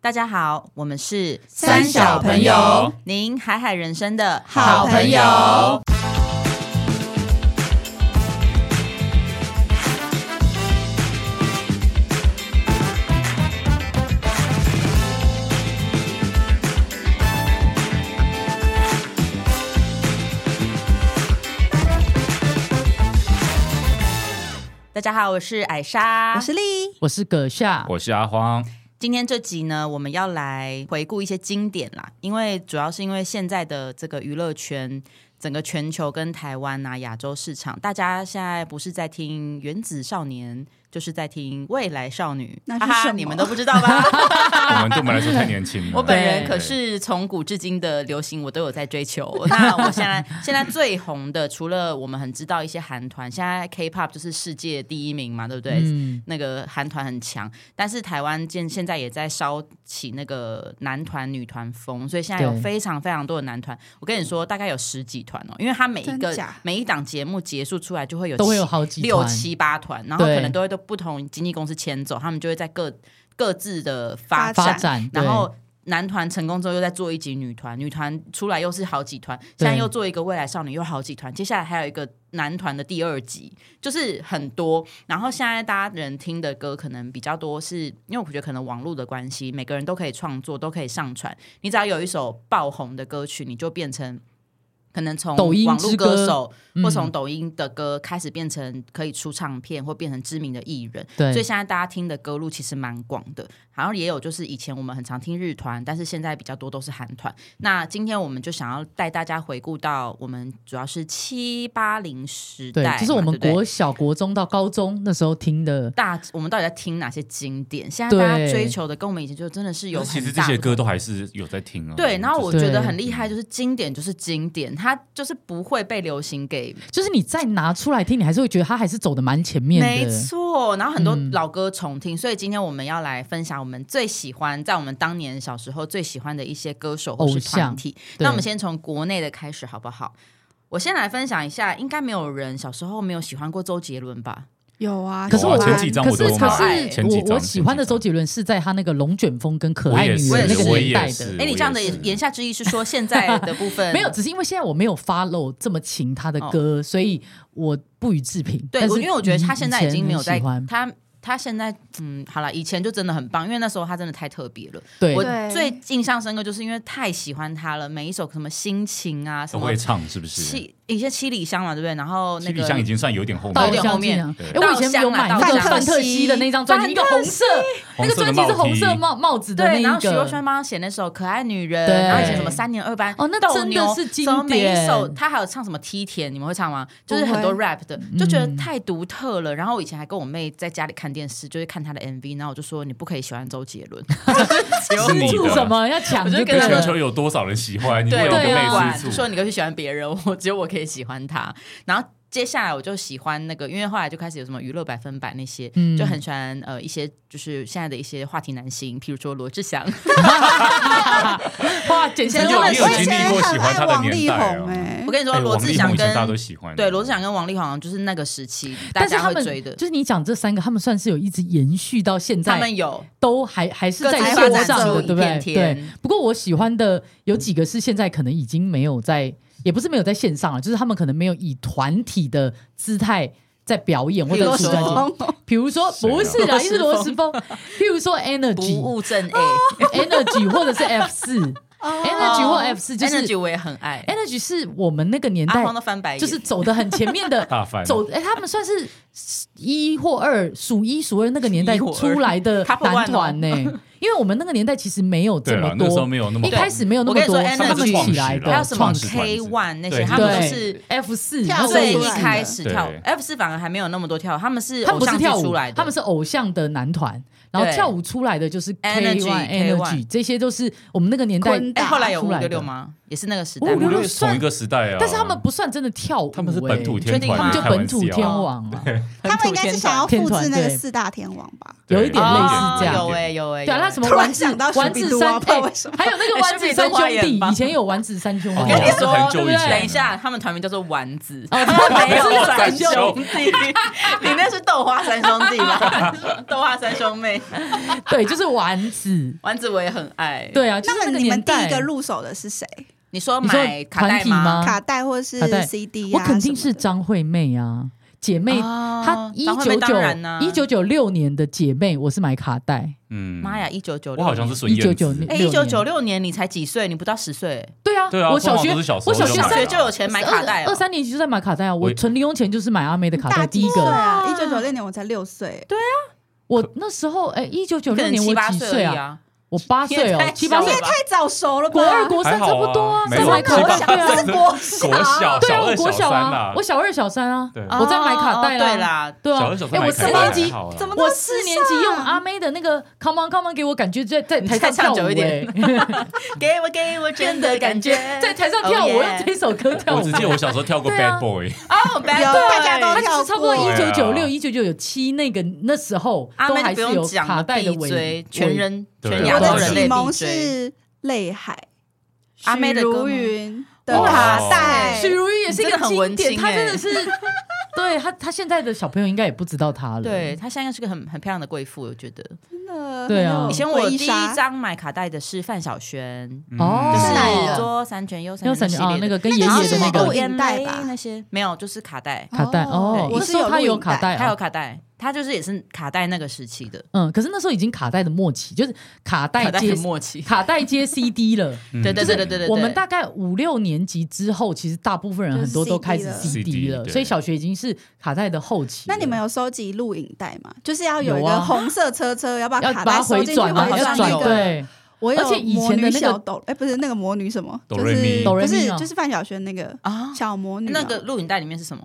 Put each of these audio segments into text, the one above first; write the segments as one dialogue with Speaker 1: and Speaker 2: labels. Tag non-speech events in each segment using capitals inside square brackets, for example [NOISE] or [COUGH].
Speaker 1: 大家好，我们是
Speaker 2: 三小朋友，
Speaker 1: 您海海人生的
Speaker 2: 好朋友。
Speaker 1: 大家好，我是艾莎，
Speaker 2: 我是丽，
Speaker 3: 我是葛夏，
Speaker 4: 我是阿荒。
Speaker 1: 今天这集呢，我们要来回顾一些经典啦，因为主要是因为现在的这个娱乐圈，整个全球跟台湾啊、亚洲市场，大家现在不是在听《原子少年》，就是在听《未来少女》，
Speaker 2: 那是
Speaker 1: 哈哈
Speaker 2: 什么
Speaker 1: 你们都不知道吧？
Speaker 4: 我们对我们来说太年轻了。
Speaker 1: 我本人
Speaker 3: 对
Speaker 1: 可是从古至今的流行，我都有在追
Speaker 3: [LAUGHS]
Speaker 1: 求。那我现在现在最红的，除了我们很知道一些韩团，现在 K-pop 就是世界第一名嘛，对不对？
Speaker 3: 嗯，
Speaker 1: 那个韩团很强，但是台湾现现在也在烧起那个男团、女团风，所以现在有
Speaker 3: 对
Speaker 1: 非常非常多的男团。我跟你说，大概有十几团哦，因为它每一
Speaker 2: 真
Speaker 1: 个
Speaker 2: 假
Speaker 1: 每一档节目结束出来就会有
Speaker 3: 都会
Speaker 1: 七
Speaker 3: 有好几
Speaker 1: 六
Speaker 3: 团
Speaker 1: 七八团，然后
Speaker 3: 对
Speaker 1: 可能都会都不同经纪公司签走，他们就会在各各自的发
Speaker 2: 发
Speaker 3: 发
Speaker 1: 展，
Speaker 3: 展，
Speaker 1: 然后。男团成功之后，又再做一集女团，女团出来又是好几团，现
Speaker 3: 对
Speaker 1: 在又做一个未来少女，又好几团，接下来还有一个男团的第二集，就是很多。然后现在大家人听的歌可能比较多是，因为我觉得可能网络的关系，每个人都可以创作，都可以上传。你只要有一首爆红的歌曲，你就变成可能从
Speaker 3: 抖音
Speaker 1: 网络
Speaker 3: 之歌
Speaker 1: 歌手
Speaker 3: 对
Speaker 1: 或
Speaker 3: 嗯
Speaker 1: 从抖音的歌开始变成可以出唱片，或变成知名的艺人。
Speaker 3: 对
Speaker 1: 所以现在大家听的歌路其实蛮广的，然后也有就是以前我们很常听日团，但是现在比较多都是韩团。那今天我们就想要带大家回顾到我们主要是七八零时代
Speaker 3: 对
Speaker 1: 嘛，，
Speaker 3: 就是我们
Speaker 1: 对不
Speaker 3: 国
Speaker 1: 对
Speaker 3: 小、国中到高中那时候听的，
Speaker 1: 大我们到底在听哪些经典？现在大家
Speaker 3: 对
Speaker 1: 追求的跟我们以前就真的是有
Speaker 4: 可是其实
Speaker 1: 很
Speaker 4: 这
Speaker 1: 大
Speaker 4: 些
Speaker 1: 不
Speaker 4: 歌都
Speaker 1: 同
Speaker 4: 还是有在听啊。
Speaker 1: 对，然后我
Speaker 3: 对
Speaker 1: 觉得很厉害，就是经典就是经典，它就是不会被流行给
Speaker 3: 就是你再拿出来听，你还是会觉得它还是走的蛮前面
Speaker 1: 没
Speaker 3: 的。
Speaker 1: 错，然后很多
Speaker 3: 嗯
Speaker 1: 老歌重听，所以今天我们要来分享我们最喜欢，在我们当年小时候最喜欢的一些歌手或是
Speaker 3: 偶像
Speaker 1: 团体。
Speaker 3: 对
Speaker 1: 那我们先从国内的开始好不好？我先来分享一下，应该没有人小时候没有喜欢过周杰伦吧？
Speaker 2: 有啊，
Speaker 3: 可是
Speaker 4: 哇
Speaker 3: 我
Speaker 2: 有啊
Speaker 4: 前几张
Speaker 3: 可
Speaker 4: 我
Speaker 3: 是
Speaker 4: 都有
Speaker 3: 可
Speaker 1: 买
Speaker 3: 是
Speaker 4: 前几
Speaker 3: 我
Speaker 4: 张
Speaker 3: 我喜欢
Speaker 4: 前
Speaker 3: 的
Speaker 4: 几张
Speaker 3: 周杰伦是在他那个龙卷风跟可爱
Speaker 4: 我也
Speaker 3: 女
Speaker 4: 是
Speaker 3: 人那个
Speaker 1: 我也
Speaker 3: 年代
Speaker 4: 是
Speaker 3: 的，
Speaker 1: 哎，你这样的
Speaker 4: 我也是
Speaker 1: 言下之意是说，现
Speaker 3: [LAUGHS]
Speaker 1: 在的部分
Speaker 3: 没有，只是因为现在我没有 follow 这么勤他的歌，所以我不予置评。
Speaker 1: 对，
Speaker 3: 但是
Speaker 1: 我因为我觉得
Speaker 3: 以
Speaker 1: 他现在已经没有
Speaker 3: 以前很
Speaker 1: 在
Speaker 3: 喜欢，
Speaker 1: 他。他现在嗯，好了，以前就真的很棒，因为那时候他真的太特别了。
Speaker 3: 对
Speaker 1: 我
Speaker 2: 对
Speaker 1: 最印象深刻就是因为太喜欢他了，每一首什么心情啊，什
Speaker 4: 都
Speaker 1: 么
Speaker 4: 会唱，是不是？
Speaker 1: 七以前七里香嘛，对不对？然后那
Speaker 4: 七
Speaker 1: 个
Speaker 4: 里香已经算有点后
Speaker 1: 到
Speaker 4: 面
Speaker 1: 有点
Speaker 4: 了，
Speaker 1: 后面
Speaker 3: 哎
Speaker 4: 对、
Speaker 3: 诶我以前有买那
Speaker 1: 稻
Speaker 3: 个
Speaker 1: 香啊
Speaker 3: 范特西的那张专辑，一个红色，那
Speaker 4: 红
Speaker 3: 个
Speaker 4: 色的
Speaker 3: 专辑是
Speaker 4: 帽
Speaker 3: 红
Speaker 4: 皮
Speaker 3: 色帽帽子的那
Speaker 1: 对，
Speaker 3: 一
Speaker 1: 然后徐若瑄
Speaker 3: 个。
Speaker 1: 帮他写那首《可爱女人》，
Speaker 3: 对
Speaker 1: 然后以前什么三年二班
Speaker 3: 哦那
Speaker 1: 斗
Speaker 3: 真的
Speaker 1: 牛
Speaker 3: 是经
Speaker 1: 什么每一首
Speaker 3: 典
Speaker 1: 他还有唱什么梯田，你们会唱吗？就是
Speaker 2: 不会
Speaker 1: 很多 rap 的，就觉
Speaker 3: 嗯
Speaker 1: 得太独特了。然后我以前还跟我妹在家里看电视，就是看她的 MV，然后我就说你不可以喜欢周杰伦，
Speaker 4: 是你
Speaker 3: 醋
Speaker 4: 的
Speaker 3: 什？么要抢
Speaker 1: 我就
Speaker 3: 就
Speaker 1: 跟
Speaker 3: 对
Speaker 4: 这
Speaker 1: 他
Speaker 4: 全球
Speaker 3: 了，
Speaker 4: 有多少人喜欢？你会有
Speaker 1: 对，
Speaker 4: 一个
Speaker 3: 我就被
Speaker 1: 我
Speaker 4: 类
Speaker 1: 管，
Speaker 4: 似
Speaker 1: 就
Speaker 4: 处。
Speaker 1: 说你可以去喜欢别人，我只有我可以喜欢他。然后接下来我就喜欢那个，因为后来就开始有什么娱乐百分百那些，
Speaker 3: 嗯
Speaker 1: 就很喜欢呃一些就是现在的一些话题男星，譬如说罗志祥，
Speaker 3: 哇，简直
Speaker 1: 你
Speaker 5: 哎
Speaker 3: 就
Speaker 1: 有
Speaker 2: 我
Speaker 1: 你有
Speaker 2: 以
Speaker 4: 经历
Speaker 2: 前
Speaker 4: 过喜
Speaker 2: 很
Speaker 4: 欢
Speaker 2: 爱
Speaker 4: 他的
Speaker 2: 王
Speaker 4: 年
Speaker 2: 力
Speaker 4: 代啊
Speaker 2: 宏哎
Speaker 1: 我，跟你说
Speaker 4: 哎
Speaker 1: 罗
Speaker 4: 王
Speaker 1: 志
Speaker 4: 力宏
Speaker 1: 祥
Speaker 4: 以前大家都
Speaker 1: 跟。
Speaker 4: 喜欢，
Speaker 1: 对罗志祥跟王力宏就是那个时期大
Speaker 3: 但是
Speaker 1: 家
Speaker 3: 他
Speaker 1: 会
Speaker 3: 们
Speaker 1: 追的，
Speaker 3: 就是你讲这三个，他们算是有一直延续到现
Speaker 1: 他
Speaker 3: 在，
Speaker 1: 们有
Speaker 3: 都还还是
Speaker 1: 各
Speaker 3: 在
Speaker 1: 自
Speaker 2: 发
Speaker 3: 桌
Speaker 2: 展
Speaker 3: 上
Speaker 2: 出
Speaker 3: 的，
Speaker 1: 一
Speaker 3: 对不
Speaker 1: 片
Speaker 3: 对？
Speaker 1: 天
Speaker 3: 对。不过我喜欢的有几个是现在可能已经没有在，也不是没有在线上了，就是他们可能没有以团体的姿态在表演或
Speaker 1: 比如
Speaker 3: 者出
Speaker 1: 说
Speaker 5: 啊
Speaker 3: 专辑。
Speaker 5: 哦
Speaker 3: 比如说
Speaker 4: 谁啊
Speaker 3: 不是啦，
Speaker 1: 罗斯
Speaker 3: 就是罗斯峰，譬如说
Speaker 1: 不
Speaker 3: Energy、
Speaker 1: 务正 A
Speaker 3: Energy 或者是 F 四，Energy 或 F 四就是
Speaker 1: 哦 energy 我也很爱，
Speaker 3: Energy 是我们那个年
Speaker 1: 阿
Speaker 3: 代
Speaker 1: 黄都翻白眼，
Speaker 3: 就是走的很前面的
Speaker 4: [LAUGHS] 大翻
Speaker 3: 走，哎，他们算是一或二，数一数二那个年代
Speaker 1: 数一或
Speaker 3: 出
Speaker 1: 二
Speaker 3: 来的
Speaker 1: Top one 哦
Speaker 3: 男团呢，因为我们那个年代其实没有
Speaker 4: 对
Speaker 3: 这
Speaker 4: 了
Speaker 3: 么，
Speaker 4: 那时候
Speaker 3: 多，
Speaker 4: 没有那么
Speaker 3: 一开始没有那么
Speaker 1: 我
Speaker 3: 多，
Speaker 1: 跟你说
Speaker 3: 他们
Speaker 1: Energy
Speaker 3: 起来
Speaker 4: 对
Speaker 3: 的
Speaker 1: 还有什么
Speaker 3: 创
Speaker 4: 创始团
Speaker 1: K
Speaker 4: 体
Speaker 1: One 那些，
Speaker 4: 对
Speaker 1: 他们都
Speaker 3: 对
Speaker 1: 是
Speaker 3: F 四
Speaker 2: 跳舞
Speaker 1: 最
Speaker 2: 出
Speaker 1: 一
Speaker 2: 来的
Speaker 1: 开始跳
Speaker 4: 对
Speaker 1: F 四反而还没有那么多跳，他们是
Speaker 3: 他
Speaker 1: 偶
Speaker 3: 们不
Speaker 1: 像
Speaker 3: 是
Speaker 1: 剧
Speaker 3: 跳舞
Speaker 1: 出来的，
Speaker 3: 他们是偶像的男团，然后
Speaker 1: 对
Speaker 3: 跳舞出来的就是 K
Speaker 1: Energy
Speaker 3: One
Speaker 1: K1
Speaker 3: Energy，这些都是我们那个年代
Speaker 2: 坤
Speaker 1: 哎、
Speaker 2: 达
Speaker 1: 后来有
Speaker 3: 出
Speaker 1: 五
Speaker 3: 来
Speaker 1: 六
Speaker 3: 的
Speaker 1: 六吗？也是那个时
Speaker 3: 五
Speaker 1: 代
Speaker 3: 五
Speaker 1: 吗
Speaker 3: 六？
Speaker 4: 因
Speaker 3: 六
Speaker 4: 为是同一个时代啊。
Speaker 3: 但是他们不算真的跳舞，
Speaker 4: 他们是本土
Speaker 3: 哎
Speaker 4: 天
Speaker 1: 确
Speaker 4: 团啊，
Speaker 1: 定他们
Speaker 3: 就
Speaker 4: 开玩
Speaker 3: 本土
Speaker 4: 笑啊
Speaker 3: 天王啊。
Speaker 2: 他们应该是想要
Speaker 3: 天
Speaker 2: 复
Speaker 3: 团
Speaker 2: 制那个
Speaker 3: 对
Speaker 2: 四大天王吧？
Speaker 3: 有一点类似这样
Speaker 1: 哦有哎、有哎、
Speaker 3: 对啊，
Speaker 1: 有
Speaker 3: 那有什么
Speaker 5: 突然
Speaker 3: 丸子
Speaker 5: 想到史
Speaker 3: 丸
Speaker 5: 比
Speaker 3: 子
Speaker 5: 度
Speaker 3: 三
Speaker 5: 啊不知道
Speaker 3: 哎
Speaker 5: 为什么
Speaker 3: 还有那个丸子三兄弟，以前有丸子三兄弟，
Speaker 4: 哦
Speaker 1: 跟你
Speaker 4: 那
Speaker 1: 说，
Speaker 4: 很久以前
Speaker 1: 等一下，他们团名叫做丸子， [LAUGHS]
Speaker 3: 哦
Speaker 1: 没有
Speaker 3: 丸子
Speaker 1: 三
Speaker 3: 三
Speaker 1: 兄
Speaker 3: 兄
Speaker 1: 弟，
Speaker 3: [LAUGHS]
Speaker 1: 你那是豆花三兄弟吧？ [LAUGHS] 豆花三兄妹，
Speaker 3: 对，就是丸子，
Speaker 1: 丸子我也很爱。，
Speaker 3: 对啊，就是
Speaker 5: 那
Speaker 3: 那
Speaker 5: 么
Speaker 3: 个
Speaker 5: 你们
Speaker 3: 年
Speaker 5: 第
Speaker 3: 代
Speaker 5: 一个入手的是谁？
Speaker 1: 你说
Speaker 3: 你说
Speaker 1: 买卡带
Speaker 3: 团体吗啊
Speaker 5: 卡带或是
Speaker 3: 卡带
Speaker 5: CD
Speaker 3: 我
Speaker 5: 啊？
Speaker 3: 肯定
Speaker 5: 什么
Speaker 3: 是
Speaker 5: 的
Speaker 3: 张惠妹啊，姐妹，
Speaker 1: 哦
Speaker 3: 她一
Speaker 1: 张惠妹
Speaker 3: 九
Speaker 1: 当
Speaker 3: 九
Speaker 1: 然啊
Speaker 3: 一九九六年的姐妹，我是买卡带，
Speaker 4: 嗯，
Speaker 1: 妈呀，！一九九六，
Speaker 4: 我好像是孙
Speaker 3: 1996
Speaker 4: 燕姿
Speaker 3: 年
Speaker 1: 哎，一九九六年你才几岁？你不到十岁，
Speaker 3: 对啊，
Speaker 4: 对啊
Speaker 3: 我小
Speaker 4: 通常
Speaker 3: 学
Speaker 4: 都是小时候
Speaker 3: 我小
Speaker 4: 就
Speaker 3: 学
Speaker 4: 买
Speaker 1: 小
Speaker 3: 三
Speaker 1: 学就有钱买卡带哦
Speaker 3: 二，三年级就在买卡带啊，
Speaker 4: 我
Speaker 3: 我存零用钱就是买阿妹的卡带，第一
Speaker 5: 对
Speaker 3: 个，
Speaker 5: 啊，一九九六年我才六岁，
Speaker 3: 啊
Speaker 5: 对，
Speaker 3: 我那时候哎，一九九
Speaker 1: 你可
Speaker 3: 六
Speaker 1: 能
Speaker 3: 年
Speaker 1: 七八
Speaker 3: 我几
Speaker 1: 岁
Speaker 3: 岁
Speaker 1: 而已
Speaker 3: 啊？
Speaker 1: 啊？
Speaker 3: 我八岁
Speaker 1: 你也
Speaker 3: 哦
Speaker 1: 太，
Speaker 3: 七八
Speaker 1: 小
Speaker 3: 岁
Speaker 1: 了，吧
Speaker 5: 太早熟了吧？
Speaker 3: 国二国
Speaker 4: 还
Speaker 3: 三差
Speaker 4: 好
Speaker 3: 不多啊，
Speaker 4: 没
Speaker 3: 在买
Speaker 4: 有
Speaker 3: 卡带，
Speaker 4: 七
Speaker 3: 对
Speaker 4: 八
Speaker 3: 啊
Speaker 4: 岁
Speaker 5: 是国
Speaker 4: 国小
Speaker 3: 对啊，
Speaker 4: 小二
Speaker 3: 我国小
Speaker 4: 三
Speaker 3: 啊
Speaker 4: 啦，
Speaker 3: 我，小二小三啊，
Speaker 4: 对
Speaker 3: 我在买卡带
Speaker 1: 哦对
Speaker 3: 啦，
Speaker 1: 啦，
Speaker 3: 对啊，
Speaker 4: 小二小三
Speaker 3: 哎
Speaker 4: 买
Speaker 3: 我
Speaker 4: 卡
Speaker 3: 四
Speaker 4: 带
Speaker 3: 年级
Speaker 4: 还好啦
Speaker 5: 怎么那
Speaker 3: 我
Speaker 5: 么
Speaker 3: 四
Speaker 5: 时
Speaker 3: 年级用
Speaker 5: 尚
Speaker 3: 阿妹的那个 Come on Come on 给我感觉在在台上
Speaker 1: 你再唱
Speaker 3: 跳舞、
Speaker 1: 久
Speaker 3: 欸，
Speaker 1: 一点给我给我真的感觉，
Speaker 3: [LAUGHS] 在台上跳舞，
Speaker 1: Oh
Speaker 3: 我
Speaker 1: yeah
Speaker 3: 用这首歌跳舞。
Speaker 4: 我只记得我小时候跳过
Speaker 3: 对啊
Speaker 4: Bad Boy，
Speaker 1: 哦，
Speaker 5: 有大家都
Speaker 3: 它就
Speaker 5: 跳
Speaker 3: 是差不
Speaker 5: 过
Speaker 3: 多一九九
Speaker 4: 对
Speaker 3: 六、
Speaker 4: 啊
Speaker 3: 一九九七那个那时候，
Speaker 1: 阿
Speaker 3: 都
Speaker 1: 妹
Speaker 3: 还
Speaker 1: 不
Speaker 3: 是
Speaker 1: 用
Speaker 3: 有
Speaker 1: 讲
Speaker 3: 卡
Speaker 1: 了，
Speaker 3: 带
Speaker 1: 闭
Speaker 3: 的尾
Speaker 1: 嘴，全
Speaker 3: 尾
Speaker 1: 人
Speaker 4: 对
Speaker 1: 全
Speaker 4: 啊
Speaker 1: 亚
Speaker 5: 我
Speaker 1: 洲
Speaker 5: 的
Speaker 1: 人
Speaker 5: 启
Speaker 1: 类
Speaker 5: 蒙
Speaker 1: 闭嘴。
Speaker 5: 是泪海，
Speaker 1: 阿妹的
Speaker 5: 许
Speaker 1: 歌吗
Speaker 5: 茹芸的哦
Speaker 4: 哇
Speaker 5: 卡带，
Speaker 3: 许茹芸也是一
Speaker 1: 你真
Speaker 3: 个
Speaker 1: 的很文
Speaker 3: 经典，
Speaker 1: 青
Speaker 3: 她
Speaker 1: 欸
Speaker 3: 真的是，对她她现在的小朋友应该也不知道她了。
Speaker 1: 对，她现在是个很很漂亮的贵妇，我觉得。
Speaker 5: 真的
Speaker 3: 对
Speaker 5: 很
Speaker 3: 啊
Speaker 5: 有
Speaker 1: 以前我
Speaker 5: 回
Speaker 1: 第
Speaker 5: 忆
Speaker 1: 一
Speaker 5: 杀
Speaker 1: 张买卡带的是范晓萱，
Speaker 3: 哦
Speaker 1: 就
Speaker 5: 真的
Speaker 1: 是啊
Speaker 5: 哦
Speaker 1: 左三拳右三
Speaker 3: 有感
Speaker 1: 拳
Speaker 3: 觉
Speaker 1: 系
Speaker 3: 啊
Speaker 1: 列，的
Speaker 3: 那个跟爷
Speaker 1: 然后
Speaker 3: 爷
Speaker 1: 是
Speaker 3: 的
Speaker 1: 那
Speaker 3: 那
Speaker 1: 个
Speaker 5: 录
Speaker 3: 个
Speaker 5: 影
Speaker 1: 眼
Speaker 5: 带
Speaker 1: 泪
Speaker 5: 吧
Speaker 1: 那些没有，就是卡带，
Speaker 3: 卡带哦，
Speaker 5: 我
Speaker 3: 那
Speaker 5: 是
Speaker 3: 时候她
Speaker 5: 录
Speaker 3: 有
Speaker 5: 影
Speaker 3: 卡带，哦
Speaker 1: 她有卡带，她就是也是卡带那个时期的
Speaker 3: 嗯，可是那时候已经卡带的末期，就是卡带
Speaker 1: 卡带
Speaker 3: 接
Speaker 1: [LAUGHS] 很默契。
Speaker 3: 卡带接 CD 了。
Speaker 4: 嗯
Speaker 1: 对对对对对对，
Speaker 3: 我们
Speaker 1: 对
Speaker 3: 大概五六年级之后，其实大部分人很多都开始
Speaker 5: 就是
Speaker 3: CD
Speaker 4: CD
Speaker 3: 了，
Speaker 4: 对
Speaker 3: 所以小学已经是卡带的后期了。
Speaker 5: 那你们有收集录影带吗？就是要有一
Speaker 3: 有
Speaker 5: 个
Speaker 3: 啊
Speaker 5: 红色车
Speaker 3: [LAUGHS]
Speaker 5: 车，要把
Speaker 3: 要
Speaker 5: 卡
Speaker 3: 把
Speaker 5: 带
Speaker 3: 它
Speaker 5: 收
Speaker 3: 回
Speaker 5: 进去回
Speaker 3: 转嘛？
Speaker 1: 回
Speaker 3: 要
Speaker 5: 转
Speaker 3: 转
Speaker 5: 那个。
Speaker 3: 对，
Speaker 5: 我有
Speaker 3: 而且以前的那
Speaker 5: 魔女
Speaker 3: 个
Speaker 5: 小斗，哎，不是那个魔女什么，
Speaker 4: 哆
Speaker 5: 就
Speaker 4: 瑞咪
Speaker 5: 是
Speaker 3: 哆瑞
Speaker 5: 不
Speaker 3: 咪
Speaker 5: 是
Speaker 3: 啊
Speaker 5: 就是范晓萱那个
Speaker 1: 啊，
Speaker 5: 小魔女嘛，
Speaker 1: 那个录影带里面是什么？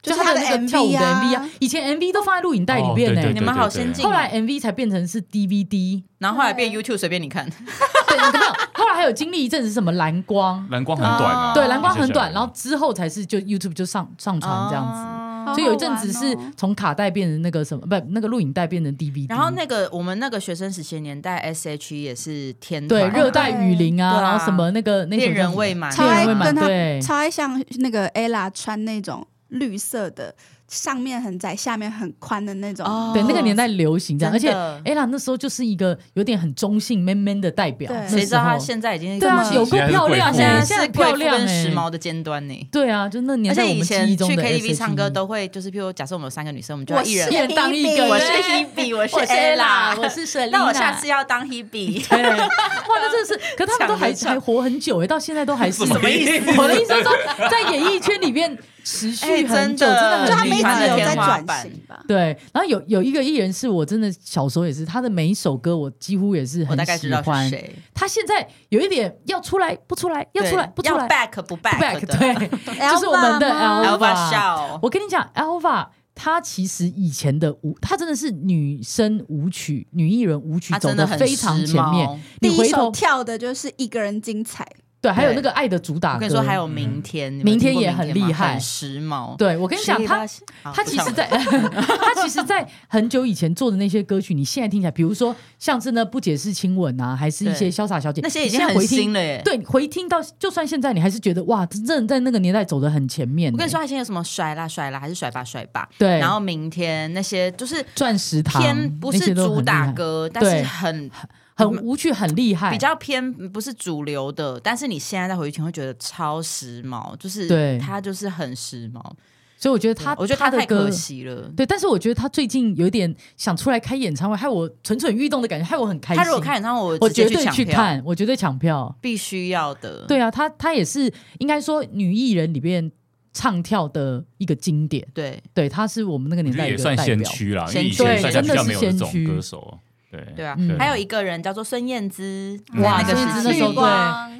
Speaker 5: 就是
Speaker 3: 他
Speaker 5: 她
Speaker 3: 的
Speaker 5: 的
Speaker 3: 那个跳舞的 MV
Speaker 5: MV
Speaker 3: 啊
Speaker 5: 啊，
Speaker 3: 以前 MV 都放在录影带里面
Speaker 4: 哦对
Speaker 3: 呢
Speaker 4: 对。
Speaker 1: 你们好
Speaker 4: 对对
Speaker 1: 先进哦。
Speaker 3: 后来 MV 才变成是 DVD，
Speaker 1: 然后后来变 YouTube 随便你看，
Speaker 3: 对，你看到后来还有经历一阵子是什么蓝光，
Speaker 4: 蓝光很短啊，
Speaker 3: 哦对，蓝光很短，
Speaker 4: 谢谢
Speaker 3: 然后之后才是就 YouTube 就上上传这样子，
Speaker 1: 子
Speaker 3: 所以有一阵子
Speaker 5: 好
Speaker 3: 是
Speaker 5: 好玩哦
Speaker 3: 从卡带变成那个什么，不，那个录影带变成 DVD，
Speaker 1: 然后那个我们那个学生时期的年代，S.H.E 也是天
Speaker 3: 对
Speaker 1: 团
Speaker 3: 热带雨林啊，
Speaker 1: 对啊
Speaker 3: 然后什么那个那首
Speaker 1: 恋
Speaker 3: 叫什
Speaker 1: 人
Speaker 3: 么
Speaker 1: 未满啊，
Speaker 5: 超
Speaker 3: 恋人
Speaker 5: 爱
Speaker 3: 未满，
Speaker 5: 跟她
Speaker 3: 对，
Speaker 5: 超爱像那个 ella 穿那种绿色的，上面很窄，下面很宽的那种。
Speaker 1: 哦
Speaker 3: 对，那个年代流行这样，而
Speaker 1: 真
Speaker 3: 且
Speaker 1: 的
Speaker 3: ella 那时候就是一个有点很中性 man man 的代表，
Speaker 5: 对
Speaker 3: 那时候
Speaker 1: 谁知道她现在已经
Speaker 3: 对啊，
Speaker 1: 这么
Speaker 3: 有够漂亮
Speaker 1: 现在
Speaker 3: 哎，
Speaker 4: 嗯
Speaker 3: 现在
Speaker 1: 是
Speaker 3: 很漂亮
Speaker 1: 跟
Speaker 3: 哎，
Speaker 1: 时髦的尖端呢。
Speaker 3: 对啊，就那
Speaker 1: 而
Speaker 3: [LAUGHS] 年代
Speaker 1: 且
Speaker 3: 我
Speaker 1: 以
Speaker 3: 们记
Speaker 1: 前
Speaker 3: 忆
Speaker 1: 去
Speaker 3: 中的 E
Speaker 1: KTV
Speaker 3: SHE
Speaker 1: 唱歌都会，就是譬如假设我们有三个女生，我们就要
Speaker 5: 我
Speaker 1: 一
Speaker 5: 是
Speaker 1: 人
Speaker 3: 一人当一个，
Speaker 1: 我是
Speaker 3: 对
Speaker 1: Hebe，我是
Speaker 3: 我是
Speaker 1: Ella，
Speaker 3: 我是
Speaker 1: [LAUGHS]
Speaker 3: Selina
Speaker 1: 那我下次要当 Hebe。
Speaker 3: 对， [LAUGHS] 哇，那真的是，可他们都还
Speaker 1: 抢着唱
Speaker 3: 还活很久哎，到现在都还是
Speaker 4: 什么意思
Speaker 3: 我的意思是说，在演艺圈里面持续 [LAUGHS] 很久，
Speaker 1: 哎真的
Speaker 5: 就
Speaker 3: 真的
Speaker 5: 他
Speaker 3: 很
Speaker 5: 们一
Speaker 3: 厉
Speaker 5: 直
Speaker 1: 她
Speaker 3: 害。
Speaker 5: 有
Speaker 1: 的
Speaker 5: 在
Speaker 1: 天花
Speaker 5: 转
Speaker 1: 板
Speaker 5: 型吧？
Speaker 3: 对，然后有有一个艺人是我真的小时候也是，他的每一首歌我几乎也是
Speaker 1: [LAUGHS] 我大
Speaker 3: 很
Speaker 1: 概
Speaker 3: 喜
Speaker 1: 知道是
Speaker 3: 欢。
Speaker 1: 谁，
Speaker 3: 他现在有一点要出来不出来，要
Speaker 1: 对
Speaker 3: 出来不出来
Speaker 1: 要 back 不 back
Speaker 3: back
Speaker 1: 的
Speaker 3: [LAUGHS] 对，就是我们的
Speaker 1: Alpha
Speaker 3: Alpha。
Speaker 1: Show
Speaker 3: 我跟你讲，Alpha 她其实以前的舞，她真的是女生舞曲、女艺人舞曲
Speaker 1: 她
Speaker 3: 走
Speaker 1: 真的
Speaker 3: 得
Speaker 1: 很
Speaker 3: 非常
Speaker 1: 时
Speaker 3: 前面
Speaker 1: 髦。
Speaker 5: 第
Speaker 3: 你回
Speaker 5: 一首
Speaker 3: 头
Speaker 5: 跳的就是一个人精彩，
Speaker 3: 对，还有那个爱的主打
Speaker 1: 我
Speaker 3: 歌，
Speaker 1: 跟你说，还有明天，你们
Speaker 3: 明天
Speaker 1: 听过
Speaker 3: 也
Speaker 1: 明
Speaker 3: 很
Speaker 1: 吗
Speaker 3: 厉害
Speaker 1: 很时髦。
Speaker 3: 对我跟你讲，
Speaker 1: 谁
Speaker 3: 他
Speaker 1: 拉谁好
Speaker 3: 他
Speaker 1: 不
Speaker 3: 其
Speaker 1: 唱
Speaker 3: 实
Speaker 1: 了 [LAUGHS]
Speaker 3: 在，他其实，在很久以前做的那些歌曲，你现在听起来，比如说像是呢不解释亲吻啊，还是一些
Speaker 1: 对
Speaker 3: 潇洒小姐，
Speaker 1: 那些已
Speaker 3: 你
Speaker 1: 经
Speaker 3: 现在
Speaker 1: 很
Speaker 3: 回
Speaker 1: 新
Speaker 3: 听。
Speaker 1: 了耶。
Speaker 3: 对，你回听到，就算现在你还是觉得哇，真的在那个年代走得很前面。
Speaker 1: 我跟你说，，他现在有什么甩啦甩啦，还是甩吧甩吧。
Speaker 3: 对，
Speaker 1: 然后明天那些就是
Speaker 3: 钻石堂
Speaker 1: 偏不
Speaker 3: 那些
Speaker 1: 是
Speaker 3: 都
Speaker 1: 主
Speaker 3: 很厉
Speaker 1: 打
Speaker 3: 害
Speaker 1: 歌，但
Speaker 3: 对
Speaker 1: 是很
Speaker 3: 很舞曲很厉害，
Speaker 1: 比较偏不是主流的，但是你现在再回去听会觉得超时髦，就是
Speaker 3: 对
Speaker 1: 他就是很时髦。
Speaker 3: 所以我觉得他，
Speaker 1: 我觉得
Speaker 3: 他
Speaker 1: 他
Speaker 3: 的
Speaker 1: 太
Speaker 3: 歌
Speaker 1: 可。惜了。
Speaker 3: 对，但是我觉得他最近有点想出来开演唱会，害我蠢蠢欲动的感觉，害我很开心。
Speaker 1: 他如果开，演唱会，
Speaker 3: 我
Speaker 1: 直接
Speaker 3: 绝对
Speaker 1: 抢
Speaker 3: 去
Speaker 1: 票，嗯
Speaker 3: 看，我绝对抢票。
Speaker 1: 必须要的。
Speaker 3: 对啊，他他也是应该说女艺人里边唱跳的一个经典，
Speaker 1: 对
Speaker 3: 对，他是我们那
Speaker 4: 我
Speaker 3: 个年
Speaker 4: 觉
Speaker 3: 代
Speaker 4: 得
Speaker 3: 一
Speaker 4: 也
Speaker 3: 个
Speaker 4: 算
Speaker 3: 代
Speaker 4: 先
Speaker 3: 表。
Speaker 4: 驱啦，因
Speaker 1: 先
Speaker 4: 为以
Speaker 1: 驱
Speaker 4: 前大家比
Speaker 3: 对
Speaker 4: 较没有这
Speaker 3: 真的是先
Speaker 4: 种
Speaker 3: 驱
Speaker 4: 歌手，对
Speaker 1: 对啊
Speaker 3: 嗯，
Speaker 1: 还有一个人叫做孙燕姿，
Speaker 3: 哇
Speaker 1: 哇，那个
Speaker 3: 嗯孙
Speaker 1: 时期
Speaker 3: 燕姿那时候
Speaker 5: 绿光